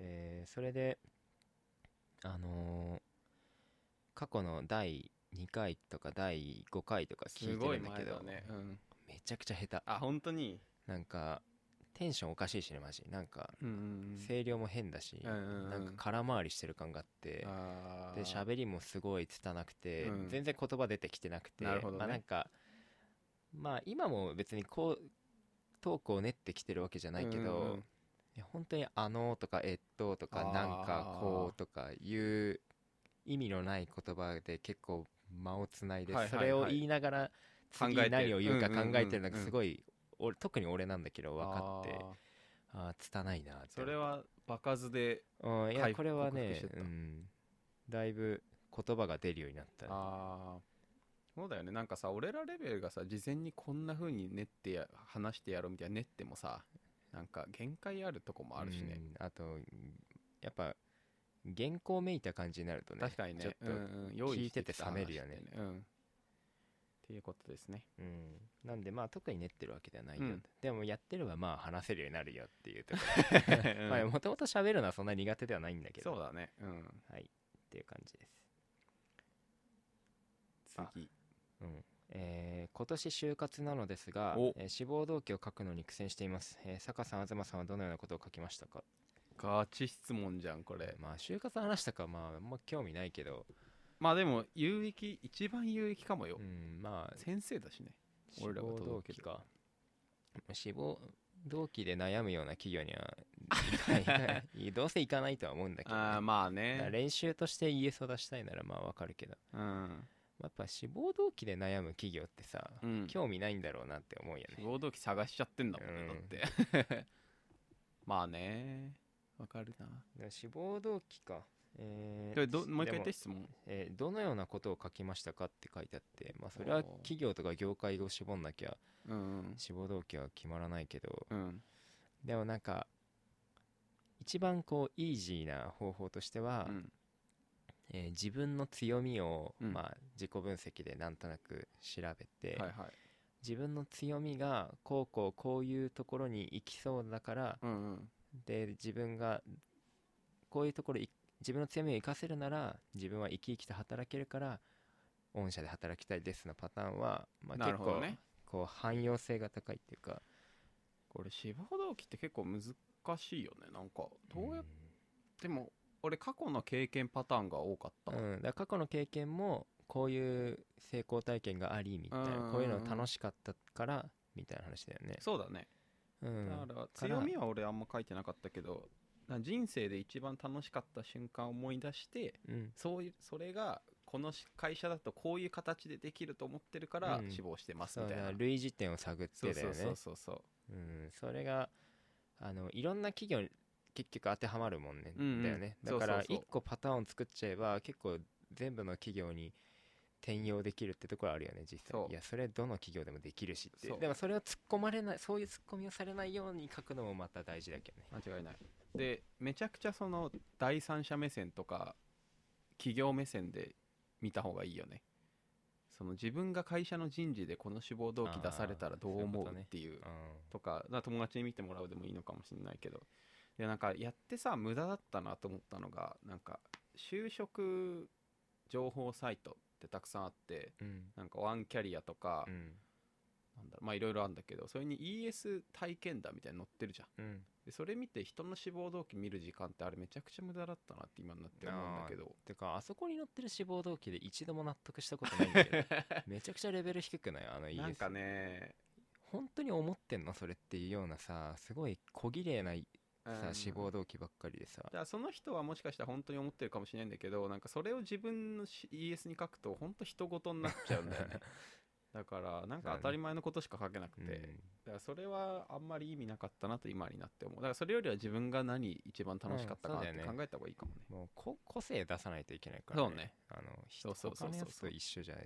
[SPEAKER 1] えーそれであのー過去の第2回とか第5回とか聞
[SPEAKER 2] す
[SPEAKER 1] いて
[SPEAKER 2] ご
[SPEAKER 1] る
[SPEAKER 2] い
[SPEAKER 1] んだけ
[SPEAKER 2] 前
[SPEAKER 1] ど
[SPEAKER 2] だね、うん、
[SPEAKER 1] めちゃくちゃ下
[SPEAKER 2] あ本当に
[SPEAKER 1] 手なんかテンションおかしいしねマジなんか
[SPEAKER 2] うんうん
[SPEAKER 1] 声量も変だし、
[SPEAKER 2] うんうんうん
[SPEAKER 1] なんか空回りしてる感があって、
[SPEAKER 2] あ
[SPEAKER 1] で
[SPEAKER 2] ー
[SPEAKER 1] 喋りもすごい拙くて、
[SPEAKER 2] うん
[SPEAKER 1] 全然言葉出てきてなくて
[SPEAKER 2] なるほどね
[SPEAKER 1] まあなんかまあ今も別にこうトークを練ってきてるわけじゃないけど、
[SPEAKER 2] うんうん
[SPEAKER 1] いや本当に「あの」とか「えっと」とか
[SPEAKER 2] あ
[SPEAKER 1] 「
[SPEAKER 2] ー
[SPEAKER 1] なんかこう」とかいう意味のない言葉で結構間をつないで、
[SPEAKER 2] はいはい
[SPEAKER 1] それを
[SPEAKER 2] はい
[SPEAKER 1] 言いながら次
[SPEAKER 2] 考えて
[SPEAKER 1] 何を言うか
[SPEAKER 2] うんうんうん
[SPEAKER 1] 考えてるのが
[SPEAKER 2] うん
[SPEAKER 1] すごい、俺特に俺なんだけど分かって
[SPEAKER 2] あー
[SPEAKER 1] ああつたないなって
[SPEAKER 2] それは場数で
[SPEAKER 1] うんい
[SPEAKER 2] 回
[SPEAKER 1] や
[SPEAKER 2] 復
[SPEAKER 1] これは
[SPEAKER 2] 克服
[SPEAKER 1] ね
[SPEAKER 2] して、った
[SPEAKER 1] うん、だいぶ言葉が出るようになった
[SPEAKER 2] ああそうだよねなんかさ俺らレベルがさ事前にこんな風に練ってや話してやろうみたいな練ってもさなんか限界あるとこもあるしね、
[SPEAKER 1] うんあとやっぱ原稿めいた感じになるとね
[SPEAKER 2] 確かにね
[SPEAKER 1] ちょっと、
[SPEAKER 2] うんうん用意し
[SPEAKER 1] 聞
[SPEAKER 2] て
[SPEAKER 1] いてて
[SPEAKER 2] きた
[SPEAKER 1] 冷めるよね
[SPEAKER 2] 話ってうんっていうことですね
[SPEAKER 1] うん、なんでまあ特に練ってるわけではないよ、
[SPEAKER 2] うん
[SPEAKER 1] でもやってればまあ話せるようになるよっていうとこ
[SPEAKER 2] う ん
[SPEAKER 1] まあもともと喋るのはそんな苦手ではないんだけど
[SPEAKER 2] そうだねうん
[SPEAKER 1] はいっていう感じです、
[SPEAKER 2] 次
[SPEAKER 1] うんえー今年就活なのですが
[SPEAKER 2] お、
[SPEAKER 1] えー志望動機を書くのに苦戦しています、えー坂さん東さんはどのようなことを書きましたか
[SPEAKER 2] ガチ質問じゃんこれ
[SPEAKER 1] まあ就活の話とかまああんま興味ないけど、
[SPEAKER 2] まあでも有益一番有益かもよ
[SPEAKER 1] う、ん、まあ
[SPEAKER 2] 先生だしね
[SPEAKER 1] 志
[SPEAKER 2] 俺らが
[SPEAKER 1] 望動
[SPEAKER 2] 届け
[SPEAKER 1] 機
[SPEAKER 2] る
[SPEAKER 1] か志望動機で悩むような企業には 行かないどうせ行かないとは思うんだけどね、
[SPEAKER 2] ああま
[SPEAKER 1] だか
[SPEAKER 2] あ
[SPEAKER 1] ら
[SPEAKER 2] ね
[SPEAKER 1] 練習として家育したいならまあわかるけど
[SPEAKER 2] うん
[SPEAKER 1] やっぱ志望動機で悩む企業ってさ、
[SPEAKER 2] うん
[SPEAKER 1] 興味ないんだろうなって思うよね
[SPEAKER 2] 合同期探しちゃってんだもんね、
[SPEAKER 1] うん
[SPEAKER 2] だって まあねわかるな
[SPEAKER 1] だから志望動機かえー
[SPEAKER 2] でどもう一回言
[SPEAKER 1] で
[SPEAKER 2] って
[SPEAKER 1] も
[SPEAKER 2] 質問
[SPEAKER 1] えーどのようなことを書きましたかって書いてあってまあそれは
[SPEAKER 2] おー
[SPEAKER 1] 企業とか業界を絞んなきゃ
[SPEAKER 2] うん
[SPEAKER 1] 志望動機は決まらないけど
[SPEAKER 2] うん
[SPEAKER 1] でもなんか一番こうイージーな方法としては、
[SPEAKER 2] うん
[SPEAKER 1] えー自分の強みを、
[SPEAKER 2] うん
[SPEAKER 1] まあ、自己分析でなんとなく調べて、
[SPEAKER 2] はいはい
[SPEAKER 1] 自分の強みがこうこうこういうところに行きそうだから
[SPEAKER 2] うんうん
[SPEAKER 1] で自分がこういうところい自分の強みを生かせるなら自分は生き生きと働けるから御社で働きたいですのパターンは、まあ、
[SPEAKER 2] な
[SPEAKER 1] 結
[SPEAKER 2] るほど
[SPEAKER 1] 構、
[SPEAKER 2] ね
[SPEAKER 1] こう汎用性が高いっていうか
[SPEAKER 2] これ志望動機って結構難しいよねなんかどうやっても俺過去の経験パターンが多かった、
[SPEAKER 1] うん、だから過去の経験もこういう成功体験がありみたいな
[SPEAKER 2] うん
[SPEAKER 1] こういうの楽しかったからみたいな話だよね。
[SPEAKER 2] そうだね
[SPEAKER 1] うん、
[SPEAKER 2] だから強みは俺あんま書いてなかったけどな人生で一番楽しかった瞬間を思い出して
[SPEAKER 1] うん
[SPEAKER 2] そういうそれがこのし会社だとこういう形でできると思ってるから
[SPEAKER 1] うん
[SPEAKER 2] 志望してます
[SPEAKER 1] そう
[SPEAKER 2] みたい
[SPEAKER 1] だ
[SPEAKER 2] な、
[SPEAKER 1] から類似点を探ってだよね。
[SPEAKER 2] そうそうそうそう
[SPEAKER 1] うん、それがあのいろんな企業に結局当てはまるもんね、
[SPEAKER 2] うんうん
[SPEAKER 1] だよねだ
[SPEAKER 2] そう
[SPEAKER 1] か
[SPEAKER 2] そう
[SPEAKER 1] ら
[SPEAKER 2] そう
[SPEAKER 1] 一個パターンを作っちゃえば結構全部の企業に転用できるってところあるよね実際
[SPEAKER 2] そう
[SPEAKER 1] いやそれどの企業でもできるしって
[SPEAKER 2] そう
[SPEAKER 1] でもそれを突っ込まれないそういう突っ込みをされないように書くのもまた大事だけどね
[SPEAKER 2] 間違いないでめちゃくちゃその第三者目線とか企業目線で見た方がいいよねその自分が会社の人事でこの志望動機出されたらど
[SPEAKER 1] あー
[SPEAKER 2] う思う
[SPEAKER 1] そういうことね
[SPEAKER 2] っていう
[SPEAKER 1] うん
[SPEAKER 2] とかだから友達に見てもらうでもいいのかもしれないけどでなんかやってさ無駄だったなと思ったのがなんか就職情報サイトってたくさんあって
[SPEAKER 1] うん
[SPEAKER 2] なんかワンキャリアとか、
[SPEAKER 1] うん
[SPEAKER 2] なんだろうまあいろいろあるんだけどそれに ES 体験談みたいに載ってるじゃん
[SPEAKER 1] うん
[SPEAKER 2] でそれ見て人の志望動機見る時間ってあれめちゃくちゃ無駄だったなって今になって思うん だけど
[SPEAKER 1] てかあそこに載ってる志望動機で一度も納得したことないんだけど めちゃくちゃレベル低くないあの ES
[SPEAKER 2] なんかね
[SPEAKER 1] 本当に思ってんのそれっていうようなさすごい小綺麗な
[SPEAKER 2] う
[SPEAKER 1] さ
[SPEAKER 2] ん
[SPEAKER 1] 志望動機ばっかりでさ
[SPEAKER 2] だからその人はもしかしたら本当に思ってるかもしれないんだけどなんかそれを自分のし ES に書くと本当人事になっちゃうんだよね だからなんか当たり前のことしか書けなく
[SPEAKER 1] うん
[SPEAKER 2] て、だからそれはあんまり意味なかったなと今になって思うだからそれよりは自分が何一番楽しかったかなっ
[SPEAKER 1] うんそう
[SPEAKER 2] て
[SPEAKER 1] だ
[SPEAKER 2] 考
[SPEAKER 1] よね
[SPEAKER 2] えた方がいいかもね,、
[SPEAKER 1] もうこ個性出さないといけないから
[SPEAKER 2] そうね
[SPEAKER 1] あのひ
[SPEAKER 2] そうそうそうそう
[SPEAKER 1] 他のやつと一緒じゃダ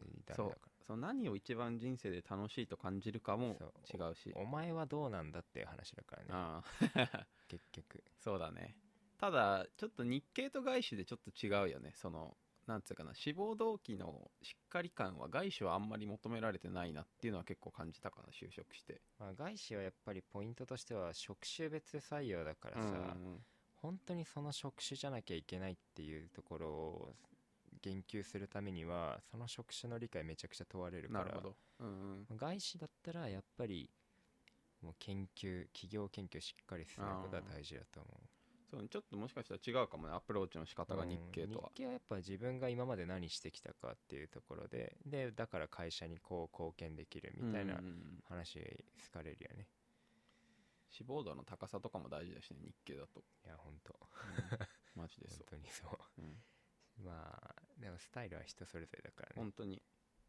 [SPEAKER 1] メだか
[SPEAKER 2] その何を一番人生で楽しいと感じるかも
[SPEAKER 1] そう
[SPEAKER 2] 違うし
[SPEAKER 1] らお前はどうなんだっていう話だからね
[SPEAKER 2] あ あ
[SPEAKER 1] 結局
[SPEAKER 2] そうだねただちょっと日系と外資でちょっと違うよねそのなんつうかな志望動機のしっかり感は外資はあんまり求められてないなっていうのは結構感じたかな就職して
[SPEAKER 1] まあ外資はやっぱりポイントとしては職種別採用だからさ
[SPEAKER 2] うんうんうん
[SPEAKER 1] 本当にその職種じゃなきゃいけないっていうところを言及するためにはその職種の理解めちゃくちゃ問われるか
[SPEAKER 2] なる
[SPEAKER 1] ら
[SPEAKER 2] ほど、うんうん、
[SPEAKER 1] 外資だったらやっぱりもう研究企業研究しっかりすることは大事だと思う
[SPEAKER 2] そうちょっともしかしたら違うかもねアプローチの仕方が日系と
[SPEAKER 1] うん
[SPEAKER 2] は
[SPEAKER 1] 日、系はやっぱ自分が今まで何してきたかっていうところででだから会社にこう貢献できるみたいな
[SPEAKER 2] うんうんうん
[SPEAKER 1] 話好かれるよね、
[SPEAKER 2] 志望度の高さとかも大事だしね日系だと、
[SPEAKER 1] いや本当
[SPEAKER 2] マジで
[SPEAKER 1] 本
[SPEAKER 2] そう、
[SPEAKER 1] 当に そう
[SPEAKER 2] うん
[SPEAKER 1] まあでもスタイルは人それぞれだからね、
[SPEAKER 2] 本当に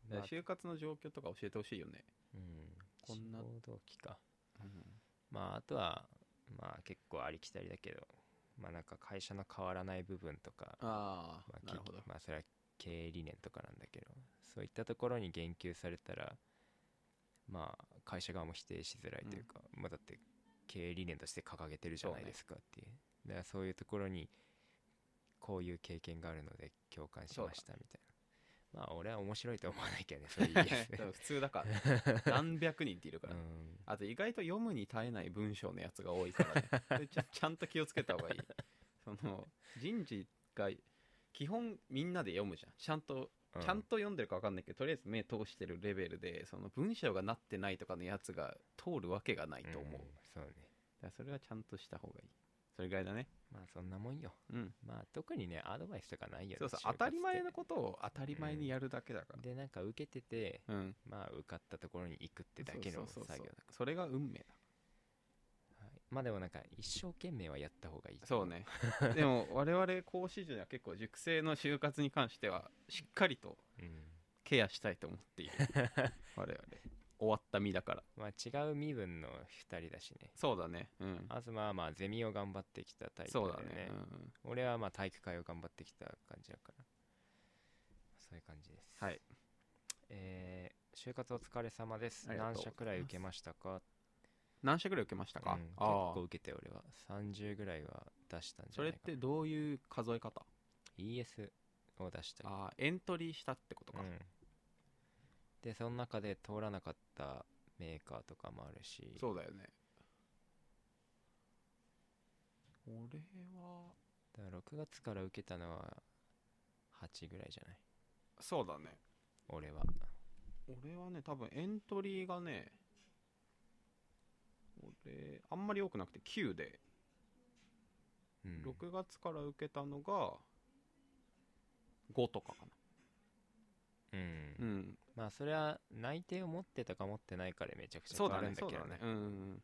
[SPEAKER 1] まあ
[SPEAKER 2] 就活の状況とか教えてほしいよね、
[SPEAKER 1] うん、
[SPEAKER 2] こんな
[SPEAKER 1] 志望動機かまああとはまあ結構ありきたりだけどまあなんか会社の変わらない部分とか
[SPEAKER 2] ああ、
[SPEAKER 1] まあ、
[SPEAKER 2] なるほど
[SPEAKER 1] きまあそれは経営理念とかなんだけどそういったところに言及されたらまあ会社側も否定しづらいというか、まあだって経営理念として掲げてるじゃないですかっていうだからそういうところにこういう経験があるので共感しましたみたいなまあ俺は面白いと思わないけどね そういう意見ですね
[SPEAKER 2] 普通だか ら何百人っているか
[SPEAKER 1] う
[SPEAKER 2] ら、
[SPEAKER 1] ん
[SPEAKER 2] あと意外と読むに耐えない文章のやつが多いからね それちゃちゃんと気をつけた方がいいその人事が基本みんなで読むじゃんちゃんと
[SPEAKER 1] う
[SPEAKER 2] ちゃんと読んでるか分かんないけどとりあえず目通してるレベルでその文章がなってないとかのやつが通るわけがないと思う、
[SPEAKER 1] ん
[SPEAKER 2] だか
[SPEAKER 1] そうね
[SPEAKER 2] らそれはちゃんとした方がいいそれぐらいだね
[SPEAKER 1] まあそんなもんよ
[SPEAKER 2] うん
[SPEAKER 1] まあ特にねアドバイスとかないよね
[SPEAKER 2] そうそう
[SPEAKER 1] 就活
[SPEAKER 2] 当
[SPEAKER 1] って
[SPEAKER 2] たり前のことを当たり前にやるだけだから
[SPEAKER 1] でなんか受けてて
[SPEAKER 2] うん、
[SPEAKER 1] まあ受かったところに行くってだけ
[SPEAKER 2] そ
[SPEAKER 1] の
[SPEAKER 2] うそ
[SPEAKER 1] 作業
[SPEAKER 2] う
[SPEAKER 1] だ
[SPEAKER 2] そう
[SPEAKER 1] か
[SPEAKER 2] そ
[SPEAKER 1] ら
[SPEAKER 2] うそれが運命だ
[SPEAKER 1] はいまあでもなんか一生懸命はやった方がいい
[SPEAKER 2] そう ねでも我々講師陣は結構熟成の就活に関してはしっかりと
[SPEAKER 1] うん
[SPEAKER 2] ケアしたいと 思っている我々終わった身だから
[SPEAKER 1] まあ違う身分の2人だしね
[SPEAKER 2] そうだねうん
[SPEAKER 1] 東はまあゼミを頑張ってきたタイプだ
[SPEAKER 2] そう
[SPEAKER 1] よ
[SPEAKER 2] だね
[SPEAKER 1] ね
[SPEAKER 2] うんうん
[SPEAKER 1] 俺はまあ体育会を頑張ってきた感じだからそういう感じです
[SPEAKER 2] はい
[SPEAKER 1] えー就活お疲れ様です
[SPEAKER 2] ありがとう
[SPEAKER 1] 何社くらい受けましたか
[SPEAKER 2] 何社ぐらい受けましたか、
[SPEAKER 1] うん結
[SPEAKER 2] ああ
[SPEAKER 1] 構受けて俺は30ぐらいは出したんじ
[SPEAKER 2] そ
[SPEAKER 1] ゃな
[SPEAKER 2] れ
[SPEAKER 1] い
[SPEAKER 2] っ
[SPEAKER 1] か
[SPEAKER 2] てどういう数え方
[SPEAKER 1] ES を出したり
[SPEAKER 2] ああエントリーしたってことか、
[SPEAKER 1] うん、でその中で通らなかったメーカーとかもあるし
[SPEAKER 2] そうだよね俺は
[SPEAKER 1] だから6月から受けたのは8ぐらいじゃない
[SPEAKER 2] そうだね
[SPEAKER 1] 俺は
[SPEAKER 2] 俺はね多分エントリーがね俺あんまり多くなくて9で、
[SPEAKER 1] うん
[SPEAKER 2] 6月から受けたのが5とかか
[SPEAKER 1] うん、
[SPEAKER 2] なうん
[SPEAKER 1] まあそれは内定を持ってたか持ってないかでめちゃくちゃ変
[SPEAKER 2] そうだ
[SPEAKER 1] わるん
[SPEAKER 2] ね
[SPEAKER 1] だ
[SPEAKER 2] そう
[SPEAKER 1] け
[SPEAKER 2] だ
[SPEAKER 1] ど
[SPEAKER 2] ね
[SPEAKER 1] ね
[SPEAKER 2] うんうんうん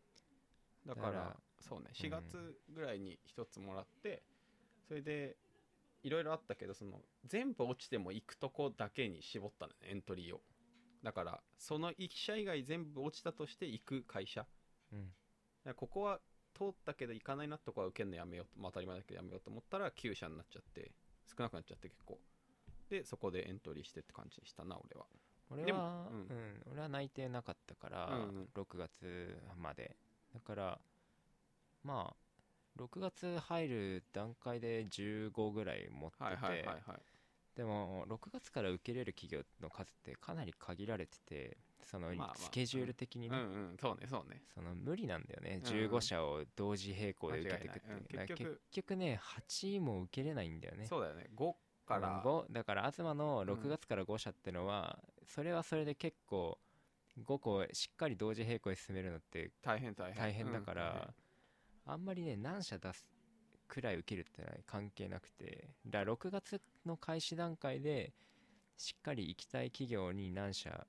[SPEAKER 2] だから
[SPEAKER 1] だから
[SPEAKER 2] そうね4月ぐらいに1つもらって、それでいろいろあったけどその全部落ちても行くとこだけに絞ったのねエントリーをだからその1社以外全部落ちたとして行く会社
[SPEAKER 1] うん
[SPEAKER 2] だからここは通ったけど行かないなとこは受けるのやめようと、まあ、当たり前だけどやめようと思ったら9社になっちゃって少なくなっちゃって結構でそこでエントリーしてって感じにしたな俺は
[SPEAKER 1] 俺
[SPEAKER 2] で
[SPEAKER 1] は
[SPEAKER 2] も、
[SPEAKER 1] う
[SPEAKER 2] うん
[SPEAKER 1] ん俺は内定なかったから、
[SPEAKER 2] うんうん
[SPEAKER 1] 6月までだからまあ6月入る段階で15ぐらい持ってて、
[SPEAKER 2] はいはいはいはい
[SPEAKER 1] でも6月から受けれる企業の数ってかなり限られててその
[SPEAKER 2] まあまあ
[SPEAKER 1] スケジュール的に
[SPEAKER 2] う
[SPEAKER 1] ね、
[SPEAKER 2] んうんそうねそうね
[SPEAKER 1] その無理なんだよね
[SPEAKER 2] うんうん
[SPEAKER 1] 15社を同時並行で受けてくって
[SPEAKER 2] 間違いないうん
[SPEAKER 1] だから
[SPEAKER 2] 結局
[SPEAKER 1] 結局ね8も受けれないんだよね
[SPEAKER 2] そうだよね5から、
[SPEAKER 1] うん5だから東の
[SPEAKER 2] ん
[SPEAKER 1] 6月から5社ってのは、それはそれで結構5個しっかり同時並行に進めるのって
[SPEAKER 2] 大変大変
[SPEAKER 1] 大変だか
[SPEAKER 2] うん大
[SPEAKER 1] ら
[SPEAKER 2] 変、
[SPEAKER 1] あんまりね何社出すくらい受けるってのは関係なくてだから6月の開始段階でしっかり行きたい企業に何社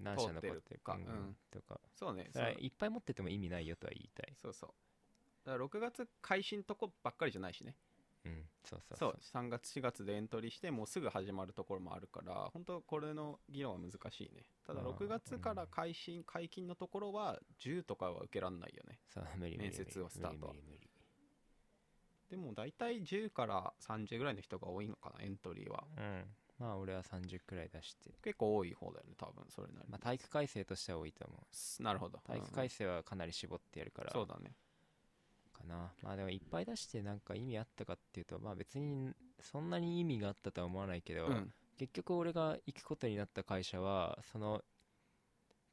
[SPEAKER 1] 何社残って
[SPEAKER 2] 通ってるか
[SPEAKER 1] うん
[SPEAKER 2] うん
[SPEAKER 1] とか
[SPEAKER 2] そうね
[SPEAKER 1] そ
[SPEAKER 2] そう
[SPEAKER 1] れはいっぱい持ってても意味ないよとは言いたい、
[SPEAKER 2] そうそうだから6月開始のとこばっかりじゃないしね
[SPEAKER 1] うん、そうそう
[SPEAKER 2] そう3月4月でエントリーしてもうすぐ始まるところもあるから本当これの議論は難しいねただ
[SPEAKER 1] まあ
[SPEAKER 2] 6月から開始解禁のところは10とかは受けられないよね
[SPEAKER 1] そう 無理無理無理
[SPEAKER 2] 面接をスタート
[SPEAKER 1] 無理無理無理
[SPEAKER 2] でも大体10から30ぐらいの人が多いのかなエントリーは
[SPEAKER 1] うんまあ俺は30くらい出して
[SPEAKER 2] 結構多い方だよね多分それなりに、
[SPEAKER 1] まあ、体育会生としては多いと思う
[SPEAKER 2] なるほど
[SPEAKER 1] 体育
[SPEAKER 2] うんう
[SPEAKER 1] 会
[SPEAKER 2] ん
[SPEAKER 1] 生はかなり絞ってやるから
[SPEAKER 2] そうだね
[SPEAKER 1] かなまあでもいっぱい出してなんか意味あったかっていうとまあ別にそんなに意味があったとは思わないけど、
[SPEAKER 2] うん
[SPEAKER 1] 結局俺が行くことになった会社はその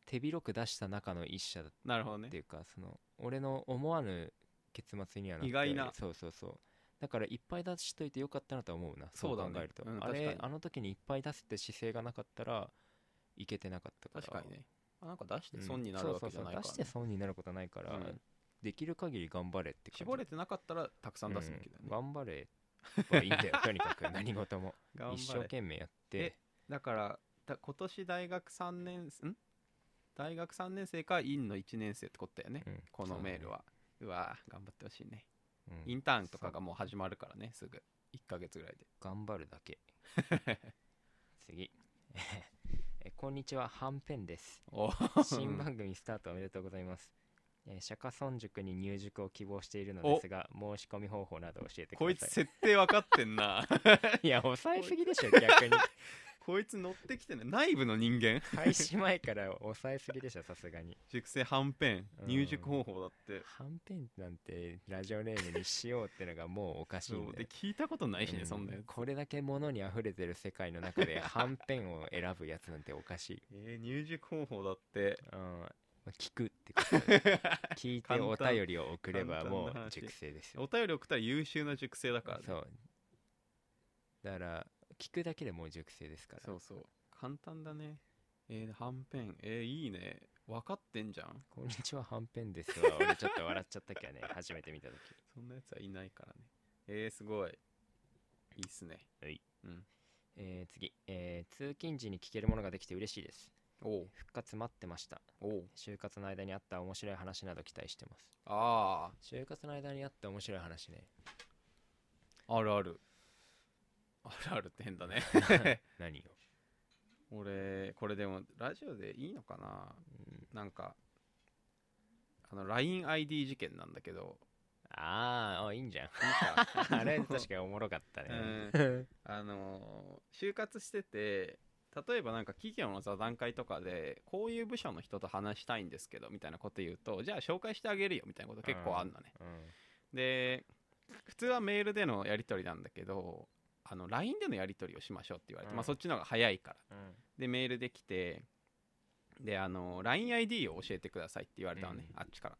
[SPEAKER 1] 手広く出した中の一社っ
[SPEAKER 2] なるほどね
[SPEAKER 1] ていうかその俺の思わぬ結末にはなって
[SPEAKER 2] 意外な
[SPEAKER 1] そうそうそうだからいっぱい出しといてよかったなとは思うな
[SPEAKER 2] そうだね
[SPEAKER 1] 考えると、
[SPEAKER 2] うん
[SPEAKER 1] あ
[SPEAKER 2] 確か
[SPEAKER 1] れ
[SPEAKER 2] に
[SPEAKER 1] あの時にいっぱい出すって姿勢がなかったらいけてなかったから
[SPEAKER 2] 確かにねあなんか出して損になるわけじゃないから、
[SPEAKER 1] うん
[SPEAKER 2] ね
[SPEAKER 1] そうそうそう出して損になることはないから、
[SPEAKER 2] うん
[SPEAKER 1] できる限り頑張れって感じ
[SPEAKER 2] 絞れてなかったらたくさん出すべきだよね、
[SPEAKER 1] うん頑張ればいいん だよとにかく何事も
[SPEAKER 2] 頑張れ
[SPEAKER 1] 一生懸命やって
[SPEAKER 2] えだからだ今年大学3年生ん大学3年生か院の1年生ってことだよね、
[SPEAKER 1] うん
[SPEAKER 2] このメールはう,、わー頑張ってほしいね
[SPEAKER 1] そうだねうん
[SPEAKER 2] インターンとかがもう始まるからねすぐ1ヶ月ぐらいで
[SPEAKER 1] 頑張るだ け次 えこんにちははんぺん です
[SPEAKER 2] お
[SPEAKER 1] 新番組スタートおめでとうございます、えー釈迦村塾に入塾を希望しているのですが申し込み方法など教えてく
[SPEAKER 2] こい
[SPEAKER 1] だ
[SPEAKER 2] つ
[SPEAKER 1] さい
[SPEAKER 2] 設定分かってんな
[SPEAKER 1] いや抑えすぎでしょ逆に
[SPEAKER 2] こいつ乗ってきてない内部の人間
[SPEAKER 1] 開始前から抑えすぎでしょさすがに
[SPEAKER 2] 熟成はんぺん
[SPEAKER 1] うん
[SPEAKER 2] 入塾方法だって
[SPEAKER 1] はんぺんなんてラジオネームにしようってのがもうおかしい
[SPEAKER 2] そ
[SPEAKER 1] ん
[SPEAKER 2] う
[SPEAKER 1] だ
[SPEAKER 2] で
[SPEAKER 1] よ
[SPEAKER 2] 聞いたことないし
[SPEAKER 1] う
[SPEAKER 2] ね、
[SPEAKER 1] ん
[SPEAKER 2] そんなやつ
[SPEAKER 1] これだけ物に溢れてる世界の中 ではんぺんを選ぶやつなんておかしい、
[SPEAKER 2] えー入塾方法だ って
[SPEAKER 1] うんまあ聞くってことだよ聞いてお便りを送れば
[SPEAKER 2] 簡単
[SPEAKER 1] も
[SPEAKER 2] 簡単な
[SPEAKER 1] う
[SPEAKER 2] 話
[SPEAKER 1] 熟成ですよ
[SPEAKER 2] お便り送ったら優秀な塾生だからね
[SPEAKER 1] そうだから聞くだけでもう熟成ですから
[SPEAKER 2] そうそう簡単だねえー、はんぺんえー、いいね分かってんじゃん
[SPEAKER 1] こんにちははんぺんですわ俺ちょっと笑っちゃったけどね 初めて見た時
[SPEAKER 2] そんなやつはいないからねえー、すごいいいっすね
[SPEAKER 1] はい、
[SPEAKER 2] うん、
[SPEAKER 1] えー次、えー通勤時に聞けるものができて嬉しいです
[SPEAKER 2] おう
[SPEAKER 1] 復活待ってました
[SPEAKER 2] おう
[SPEAKER 1] 就活の間にあった面白い話など期待してます
[SPEAKER 2] あ
[SPEAKER 1] 就活の間にあった面白い話ね
[SPEAKER 2] ああるあるあるあるって 変だね
[SPEAKER 1] 何よ、
[SPEAKER 2] 俺これでもラジオでいいのかな
[SPEAKER 1] うん
[SPEAKER 2] なんかあの LINEID 事件なんだけど
[SPEAKER 1] あーあいいんじ ゃん
[SPEAKER 2] いいか
[SPEAKER 1] あれ確
[SPEAKER 2] か
[SPEAKER 1] かにおもろかったね、
[SPEAKER 2] あの就活してて例えばなんか企業の座談会とかでこういう部署の人と話したいんですけどみたいなこと言うとじゃあ紹介してあげるよみたいなこと結構あんのね、
[SPEAKER 1] う
[SPEAKER 2] で普通はメールでのやり取りなんだけどあの LINE でのやり取りをしましょうって言われて、
[SPEAKER 1] うん
[SPEAKER 2] まあ、そっちの方が早いから
[SPEAKER 1] んうん
[SPEAKER 2] でメールできてであの LINEID を教えてくださいって言われたのね、
[SPEAKER 1] うん
[SPEAKER 2] あっちから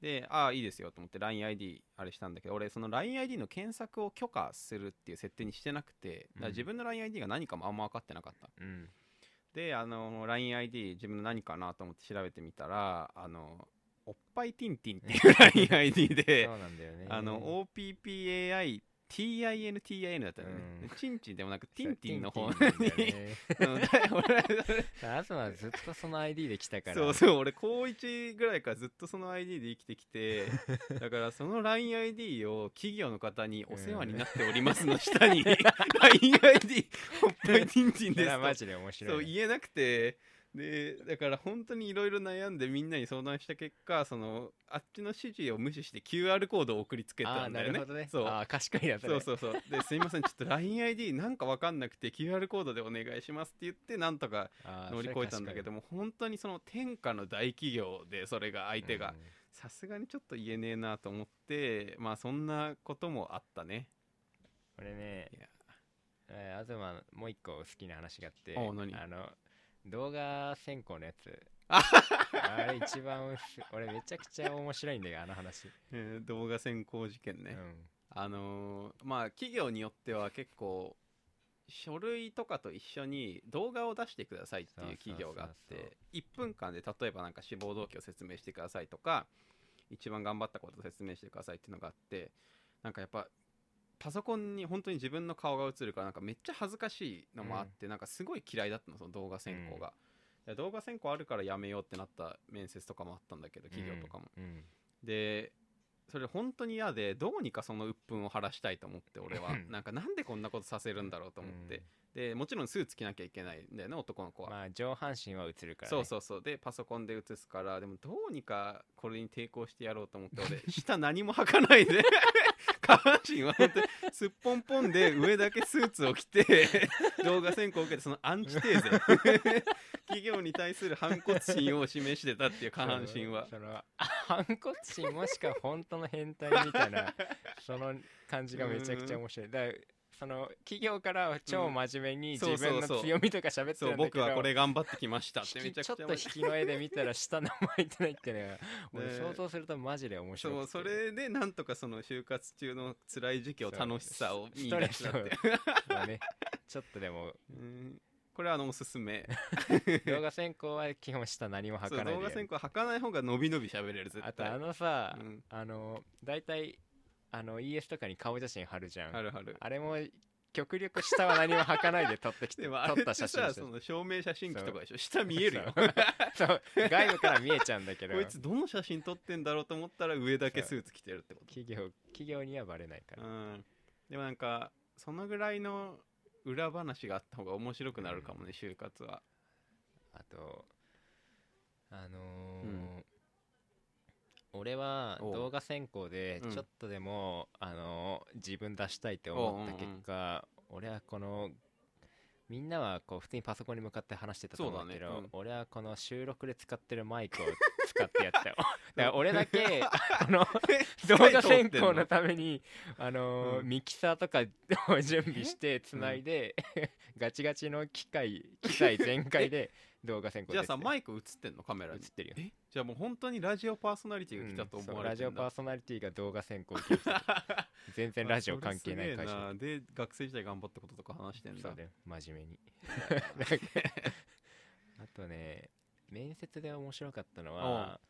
[SPEAKER 2] でああいいですよと思って LINEID あれしたんだけど俺その LINEID の検索を許可するっていう設定にしてなくてだから
[SPEAKER 1] うん
[SPEAKER 2] 自分の LINEID が何かもあんま分かってなかった
[SPEAKER 1] うん
[SPEAKER 2] であの LINEID 自分の何かなと思って調べてみたらあのおっぱいティンティンっていう LINEID で
[SPEAKER 1] そうなんだよね
[SPEAKER 2] あの OPPAI TINTIN だったよね、
[SPEAKER 1] うん
[SPEAKER 2] でチンチンでもなくティンティンの方に
[SPEAKER 1] ティンティンなんだよね
[SPEAKER 2] うんだい俺
[SPEAKER 1] 東はずっとその ID で来たから
[SPEAKER 2] そうそう俺高1ぐらいからずっとその ID で生きてき てだからその LINEID を企業の方にお世話になっておりますの下に LINEID おっぱいティンティ ン
[SPEAKER 1] それは
[SPEAKER 2] で
[SPEAKER 1] マ
[SPEAKER 2] す
[SPEAKER 1] ジで面
[SPEAKER 2] と
[SPEAKER 1] 白
[SPEAKER 2] そう
[SPEAKER 1] いね
[SPEAKER 2] 言えなくてでだから本当にいろいろ悩んでみんなに相談した結果そのあっちの指示を無視して QR コードを送りつけ
[SPEAKER 1] あ
[SPEAKER 2] た
[SPEAKER 1] あ
[SPEAKER 2] んだ
[SPEAKER 1] な
[SPEAKER 2] よ
[SPEAKER 1] る
[SPEAKER 2] ね
[SPEAKER 1] ほどね
[SPEAKER 2] そう
[SPEAKER 1] ああ賢いやつ
[SPEAKER 2] そうそうそうですいませんちょっと LINEID なんかわかんなくて QR コードでお願いしますって言ってなんとか乗り越えたんだけども本当にその天下の大企業でそれが相手がさすがにちょっと言えねえなと思ってまあそんなこともあったね
[SPEAKER 1] これね
[SPEAKER 2] いや
[SPEAKER 1] えー東もう一個好きな話があって
[SPEAKER 2] おう何
[SPEAKER 1] あの動画選考のやつあれ一番す俺めちゃくちゃ面白いんだよあの話、
[SPEAKER 2] えー動画選考事件
[SPEAKER 1] う
[SPEAKER 2] ね、
[SPEAKER 1] ん
[SPEAKER 2] あのーまあ企業によっては結構書類とかと一緒に動画を出してくださいっていう企業があっ
[SPEAKER 1] そうそう
[SPEAKER 2] て1分間で例えばなんか志望動機を説明してくださいとか一番頑張ったことを説明してくださいっていうのがあってなんかやっぱパソコンに本当に自分の顔が映るからなんかめっちゃ恥ずかしいのもあって、なんかすごい嫌いだったのその動画選考が、いや動画選考あるからやめようってなった面接とかもあったんだけど企業とかも、
[SPEAKER 1] うん
[SPEAKER 2] でそれ本当に嫌でどうにかその鬱憤を晴らしたいと思って俺はなんかなんでこんなことさせるんだろうと思って、でもちろんスーツ着なきゃいけないんだよね男の子
[SPEAKER 1] うん
[SPEAKER 2] は、
[SPEAKER 1] まあ上半身は映るから、ね、
[SPEAKER 2] そうそうそうでパソコンで写すからでもどうにかこれに抵抗してやろうと思って俺下何も履かないで 下半身は本当にすっぽんぽんで上だけスーツを着て動画選考を受けてそのアンチテーゼ 企業に対する反骨心を示してたっていう下半身は
[SPEAKER 1] そのそのあ反骨 心もしくは本当の変態みたいなその感じがめちゃくちゃ面白いだからその企業からは超真面目に
[SPEAKER 2] うんそう
[SPEAKER 1] 自
[SPEAKER 2] そうそう
[SPEAKER 1] 分の強みとか喋って
[SPEAKER 2] そ
[SPEAKER 1] る
[SPEAKER 2] うん
[SPEAKER 1] だけ
[SPEAKER 2] 僕
[SPEAKER 1] ど、
[SPEAKER 2] はこれ頑張ってきましたって
[SPEAKER 1] 引
[SPEAKER 2] め
[SPEAKER 1] き
[SPEAKER 2] ちゃくち
[SPEAKER 1] ち
[SPEAKER 2] ゃ
[SPEAKER 1] ょっと引きの絵で見たら下の名前ってないってね俺
[SPEAKER 2] ね
[SPEAKER 1] 想像するとマジで面白い
[SPEAKER 2] そうそれでなんとかその就活中の辛い時期を楽しさを見
[SPEAKER 1] ス
[SPEAKER 2] 出
[SPEAKER 1] トレ
[SPEAKER 2] し
[SPEAKER 1] ス
[SPEAKER 2] た
[SPEAKER 1] を
[SPEAKER 2] って、
[SPEAKER 1] まあねちょっとでも
[SPEAKER 2] うんこれはあのおすす め
[SPEAKER 1] 動画専攻は基本下何も
[SPEAKER 2] そ
[SPEAKER 1] 測
[SPEAKER 2] う
[SPEAKER 1] らない
[SPEAKER 2] 動
[SPEAKER 1] で
[SPEAKER 2] 画
[SPEAKER 1] や
[SPEAKER 2] 選
[SPEAKER 1] る
[SPEAKER 2] 考はかない方が伸び伸び喋れる絶
[SPEAKER 1] あと
[SPEAKER 2] 対
[SPEAKER 1] あのさ、
[SPEAKER 2] うん
[SPEAKER 1] あの大体あの ES とかに顔写真貼るじゃん
[SPEAKER 2] あるある
[SPEAKER 1] あれも極力下は何も履かないで撮ってきて
[SPEAKER 2] で
[SPEAKER 1] 撮
[SPEAKER 2] もあれ
[SPEAKER 1] っ
[SPEAKER 2] ったて
[SPEAKER 1] 写真
[SPEAKER 2] さ
[SPEAKER 1] です
[SPEAKER 2] その照明写真機とかでしょ下見える よ
[SPEAKER 1] そう外部から見えちゃうんだけど
[SPEAKER 2] こいつどの写真撮ってんだろうと思ったら上だけスーツ着てるってこと
[SPEAKER 1] 企業企業にはバレないから、
[SPEAKER 2] うんでもなんかそのぐらいの裏話があった方が面白くなるかもね就活 は
[SPEAKER 1] あとあのー
[SPEAKER 2] うん
[SPEAKER 1] 俺は
[SPEAKER 2] おう
[SPEAKER 1] 動画専攻で
[SPEAKER 2] うん
[SPEAKER 1] ちょっとでも、あのー自分出したいって思った結果、俺はこのみんなはこう普通にパソコンに向かって話してたと思うけど
[SPEAKER 2] そうだねうん
[SPEAKER 1] 俺はこの収録で使ってるマイクを使ってやったよだから俺だ けあの動画選考のために、あのー
[SPEAKER 2] うん
[SPEAKER 1] ミキサーとかを準備してつないで、 ガチガチの機械機材全開で動画選考
[SPEAKER 2] じゃあさマ
[SPEAKER 1] イ
[SPEAKER 2] イク映ってんのカメラ
[SPEAKER 1] 映っ
[SPEAKER 2] に
[SPEAKER 1] てるよ
[SPEAKER 2] えじゃあもう本当にラジオパーソナリティが来たと
[SPEAKER 1] うんそ
[SPEAKER 2] 思
[SPEAKER 1] う
[SPEAKER 2] わ
[SPEAKER 1] ラ
[SPEAKER 2] れ
[SPEAKER 1] ジ
[SPEAKER 2] て
[SPEAKER 1] オ
[SPEAKER 2] んだ、
[SPEAKER 1] パーソナリティが動画選考を受け てる全然ラジオ関係ない会社
[SPEAKER 2] あそれすげえなで学生時代頑張ったこととか話してん
[SPEAKER 1] そ
[SPEAKER 2] だ
[SPEAKER 1] うだよ真 面目にあとね面接で面白かったのは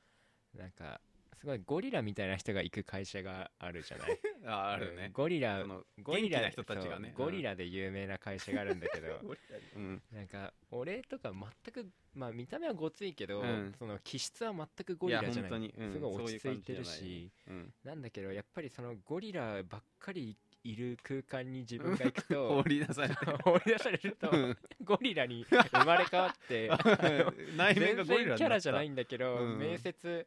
[SPEAKER 1] なんかすごいゴリラみたいな人が行く会社があるじゃない
[SPEAKER 2] あある
[SPEAKER 1] うん
[SPEAKER 2] ね、
[SPEAKER 1] ゴリラ
[SPEAKER 2] その
[SPEAKER 1] ゴリラ
[SPEAKER 2] 元気な人たちがね
[SPEAKER 1] そう
[SPEAKER 2] うん
[SPEAKER 1] ゴリラで有名な会社があるんだけ ど
[SPEAKER 2] うん、
[SPEAKER 1] なんか俺とか全くまあ見た目はごついけど、
[SPEAKER 2] うん
[SPEAKER 1] その気質は全くゴリラじゃない
[SPEAKER 2] いや本当にうん
[SPEAKER 1] すごい落ち着いてる
[SPEAKER 2] そうい
[SPEAKER 1] し
[SPEAKER 2] うん、
[SPEAKER 1] なんだけどやっぱりそのゴリラばっかりいる空間に自分が行く と
[SPEAKER 2] 放 り出されて
[SPEAKER 1] 放り出されると
[SPEAKER 2] うん
[SPEAKER 1] ゴリラに生まれ変わって あの
[SPEAKER 2] 内面
[SPEAKER 1] 全
[SPEAKER 2] が
[SPEAKER 1] 然
[SPEAKER 2] ゴリラになった
[SPEAKER 1] キャラじゃないんだけど、
[SPEAKER 2] うん
[SPEAKER 1] 面接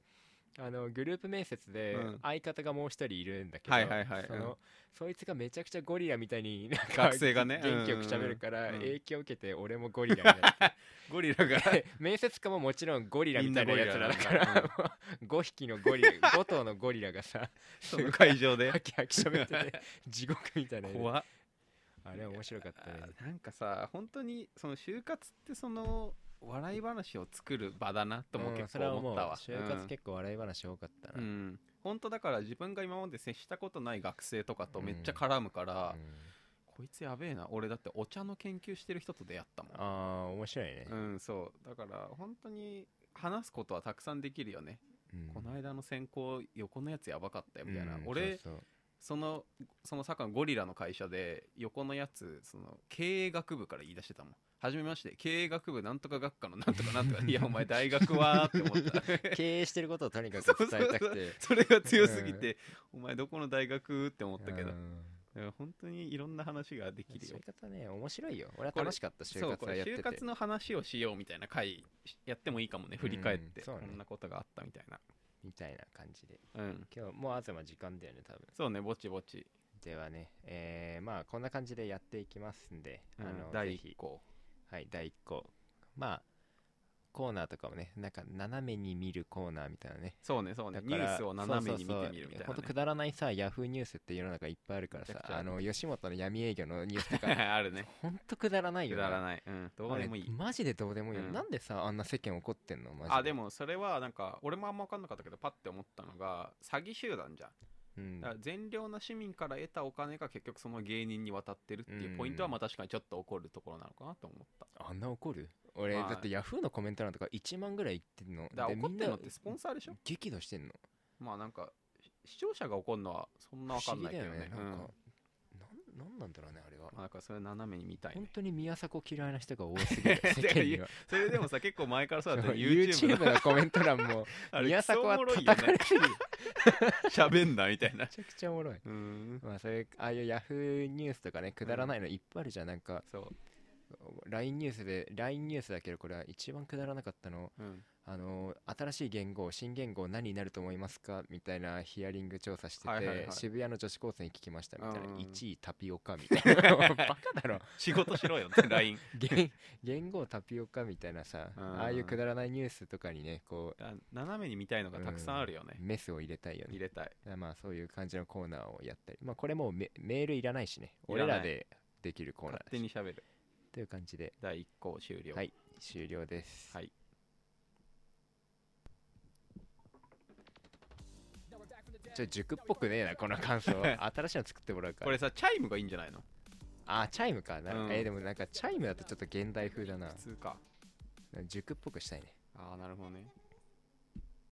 [SPEAKER 1] あのグループ面接で
[SPEAKER 2] うん
[SPEAKER 1] 相方がもう一人いるんだけど、
[SPEAKER 2] はいはいはい
[SPEAKER 1] そ
[SPEAKER 2] うん
[SPEAKER 1] のそいつがめちゃくちゃゴリラみたいになんか
[SPEAKER 2] 学生がね
[SPEAKER 1] 元気よく喋るから
[SPEAKER 2] うん
[SPEAKER 1] 影響を受けて俺もゴリラになって
[SPEAKER 2] ゴリラが
[SPEAKER 1] で面接官ももちろんゴリラみたいなやつらだか
[SPEAKER 2] みんなゴリラなん
[SPEAKER 1] ら5匹のゴリラ5頭のゴリラが さ
[SPEAKER 2] その会場で
[SPEAKER 1] ハキハキ喋って て地獄みたいな絵で
[SPEAKER 2] 怖っ
[SPEAKER 1] あれ面白かったね
[SPEAKER 2] あーなんかさ本当にその就活ってその笑い話を作る場だなとも
[SPEAKER 1] うん
[SPEAKER 2] 結
[SPEAKER 1] それは
[SPEAKER 2] 構
[SPEAKER 1] も
[SPEAKER 2] 思
[SPEAKER 1] う
[SPEAKER 2] ったわ、
[SPEAKER 1] 就活結構笑い話多かった
[SPEAKER 2] う
[SPEAKER 1] な、
[SPEAKER 2] ん、本当だから自分が今まで接したことない学生とかとめっちゃ
[SPEAKER 1] うん
[SPEAKER 2] 絡むから、
[SPEAKER 1] うん
[SPEAKER 2] こいつやべえな俺だってお茶の研究してる人と出会ったもん
[SPEAKER 1] ああ面白いね、
[SPEAKER 2] うんそうだから本当に話すことはたくさんできるよね、
[SPEAKER 1] うん
[SPEAKER 2] この間の選考横のやつやばかったよみたいな、
[SPEAKER 1] うん
[SPEAKER 2] 俺
[SPEAKER 1] そうそう
[SPEAKER 2] そのその坂のゴリラの会社で横のやつその経営学部から言い出してたもん初めまして経営学部なんとか学科のなんとかなん とかいやお前大学はーって思った
[SPEAKER 1] 経営してることをとにかく伝えたくて
[SPEAKER 2] それが強すぎて、お前どこの大学って思ったけど、
[SPEAKER 1] うん
[SPEAKER 2] だから本当にいろんな話ができるよ
[SPEAKER 1] 就活はね面白いよ俺は
[SPEAKER 2] これ
[SPEAKER 1] 楽しかった就
[SPEAKER 2] そう
[SPEAKER 1] 活
[SPEAKER 2] こ
[SPEAKER 1] は
[SPEAKER 2] れ
[SPEAKER 1] やって
[SPEAKER 2] 就
[SPEAKER 1] て
[SPEAKER 2] 活の話をしようみたいな回しやってもいいかもね振り返って、
[SPEAKER 1] うんそうね
[SPEAKER 2] こんなことがあったみたいな
[SPEAKER 1] みたいな感じで
[SPEAKER 2] うん
[SPEAKER 1] 今日もう東時間だよね多分
[SPEAKER 2] そうねぼちぼち、
[SPEAKER 1] ではねえーまあこんな感じでやっていきますんで、
[SPEAKER 2] うん
[SPEAKER 1] あの
[SPEAKER 2] 第
[SPEAKER 1] ぜ
[SPEAKER 2] 1
[SPEAKER 1] ひ
[SPEAKER 2] 項
[SPEAKER 1] はい第1項まあコーナーとかもねなんか斜めに見るコーナーみたいなね
[SPEAKER 2] そうねそうね
[SPEAKER 1] だ
[SPEAKER 2] ニ
[SPEAKER 1] か
[SPEAKER 2] ュ
[SPEAKER 1] ら
[SPEAKER 2] ースを斜めに見
[SPEAKER 1] そうそう
[SPEAKER 2] て
[SPEAKER 1] そう
[SPEAKER 2] みるみたい
[SPEAKER 1] ほ
[SPEAKER 2] な
[SPEAKER 1] と
[SPEAKER 2] んね、
[SPEAKER 1] くだらないさヤフーニュースって世の中いっぱいあるから
[SPEAKER 2] めち
[SPEAKER 1] さ
[SPEAKER 2] ゃくちゃあ
[SPEAKER 1] あ
[SPEAKER 2] る
[SPEAKER 1] の吉本の闇営業のニュースとか
[SPEAKER 2] あるね
[SPEAKER 1] ほんとくだらないよ
[SPEAKER 2] く
[SPEAKER 1] ね
[SPEAKER 2] だらないうんどうでもい
[SPEAKER 1] あれ
[SPEAKER 2] い
[SPEAKER 1] マジでどうでもいいよ、
[SPEAKER 2] うん
[SPEAKER 1] なんでさあんな世間怒ってんのマジで
[SPEAKER 2] あでもそれはなんか俺もあんま分かんなかったけどパッて思ったのが詐欺集団じゃん
[SPEAKER 1] うん
[SPEAKER 2] だから善良な市民から得たお金が結局その芸人に渡ってるっていうポイント
[SPEAKER 1] う
[SPEAKER 2] は
[SPEAKER 1] ん
[SPEAKER 2] まあ確かにちょっと怒るところなのかなと思った
[SPEAKER 1] あんな怒る俺、
[SPEAKER 2] まあ
[SPEAKER 1] だってヤフーのコメント欄とか1万ぐらい言ってんの
[SPEAKER 2] だか
[SPEAKER 1] で
[SPEAKER 2] ら怒ってるの
[SPEAKER 1] み
[SPEAKER 2] っ
[SPEAKER 1] ん
[SPEAKER 2] て
[SPEAKER 1] な
[SPEAKER 2] スポンサーでしょ
[SPEAKER 1] 激怒してんの
[SPEAKER 2] まあなんかし視聴者が怒るのはそんなわ
[SPEAKER 1] 不
[SPEAKER 2] か
[SPEAKER 1] 思
[SPEAKER 2] ん
[SPEAKER 1] 議
[SPEAKER 2] ない
[SPEAKER 1] だ
[SPEAKER 2] けど
[SPEAKER 1] よね
[SPEAKER 2] ね
[SPEAKER 1] な
[SPEAKER 2] うんん
[SPEAKER 1] か、なんなんなんだろうねあれは、
[SPEAKER 2] まあなんかそれ斜めに見たい
[SPEAKER 1] 本
[SPEAKER 2] ね
[SPEAKER 1] 当に宮迫嫌いな人が多 すぎる世間には
[SPEAKER 2] それでもさ結構前から そうだった
[SPEAKER 1] そう
[SPEAKER 2] よ
[SPEAKER 1] YouTube
[SPEAKER 2] YouTube の
[SPEAKER 1] のコメント欄も
[SPEAKER 2] あれ
[SPEAKER 1] 宮迫は
[SPEAKER 2] クソおもろいよ
[SPEAKER 1] 叩かれ
[SPEAKER 2] ね
[SPEAKER 1] てるめ
[SPEAKER 2] 喋んなみたいな
[SPEAKER 1] ちゃくちゃおもろい
[SPEAKER 2] うん
[SPEAKER 1] まあそういうああいうヤフーニュースとかねくだらないのいっぱいあるじゃん、なんか
[SPEAKER 2] そ
[SPEAKER 1] LINE ニュースで LINE ニュースだけどこれは一番くだらなかったの
[SPEAKER 2] ううん
[SPEAKER 1] あのー新しい言語新言語何になると思いますかみたいなヒアリング調査してて、
[SPEAKER 2] はいはいはい
[SPEAKER 1] 渋谷の女子高生に聞きましたみたいな
[SPEAKER 2] うんうん
[SPEAKER 1] 1位タピオカみたい なバカだろ
[SPEAKER 2] 仕事しろよって LINE
[SPEAKER 1] 言言語タピオカみたいなさ
[SPEAKER 2] うん
[SPEAKER 1] ああいうくだらないニュースとかにねこ
[SPEAKER 2] あ斜めに見たいのがたくさんあるよね
[SPEAKER 1] う、メスを入れたいよね
[SPEAKER 2] 入れたい
[SPEAKER 1] だからまあそういう感じのコーナーをやったり、まあ、これもうメメールいらないしね
[SPEAKER 2] いら
[SPEAKER 1] 俺
[SPEAKER 2] ない
[SPEAKER 1] らでできるコーナー
[SPEAKER 2] 勝
[SPEAKER 1] だし
[SPEAKER 2] 手に喋る
[SPEAKER 1] という感じで
[SPEAKER 2] 第1項終了
[SPEAKER 1] はい終了です、
[SPEAKER 2] はい
[SPEAKER 3] Now we're back from the dead.
[SPEAKER 1] ちょ塾っぽくねえなこの感 想新しいの作ってもらうから
[SPEAKER 2] これさチャイムがいいんじゃないの
[SPEAKER 1] あチャイムかな、
[SPEAKER 2] うん
[SPEAKER 1] えーでもなんかチャイムだとちょっと現代風だな
[SPEAKER 2] 普通か
[SPEAKER 1] 塾っぽくしたいね
[SPEAKER 2] ああなるほどね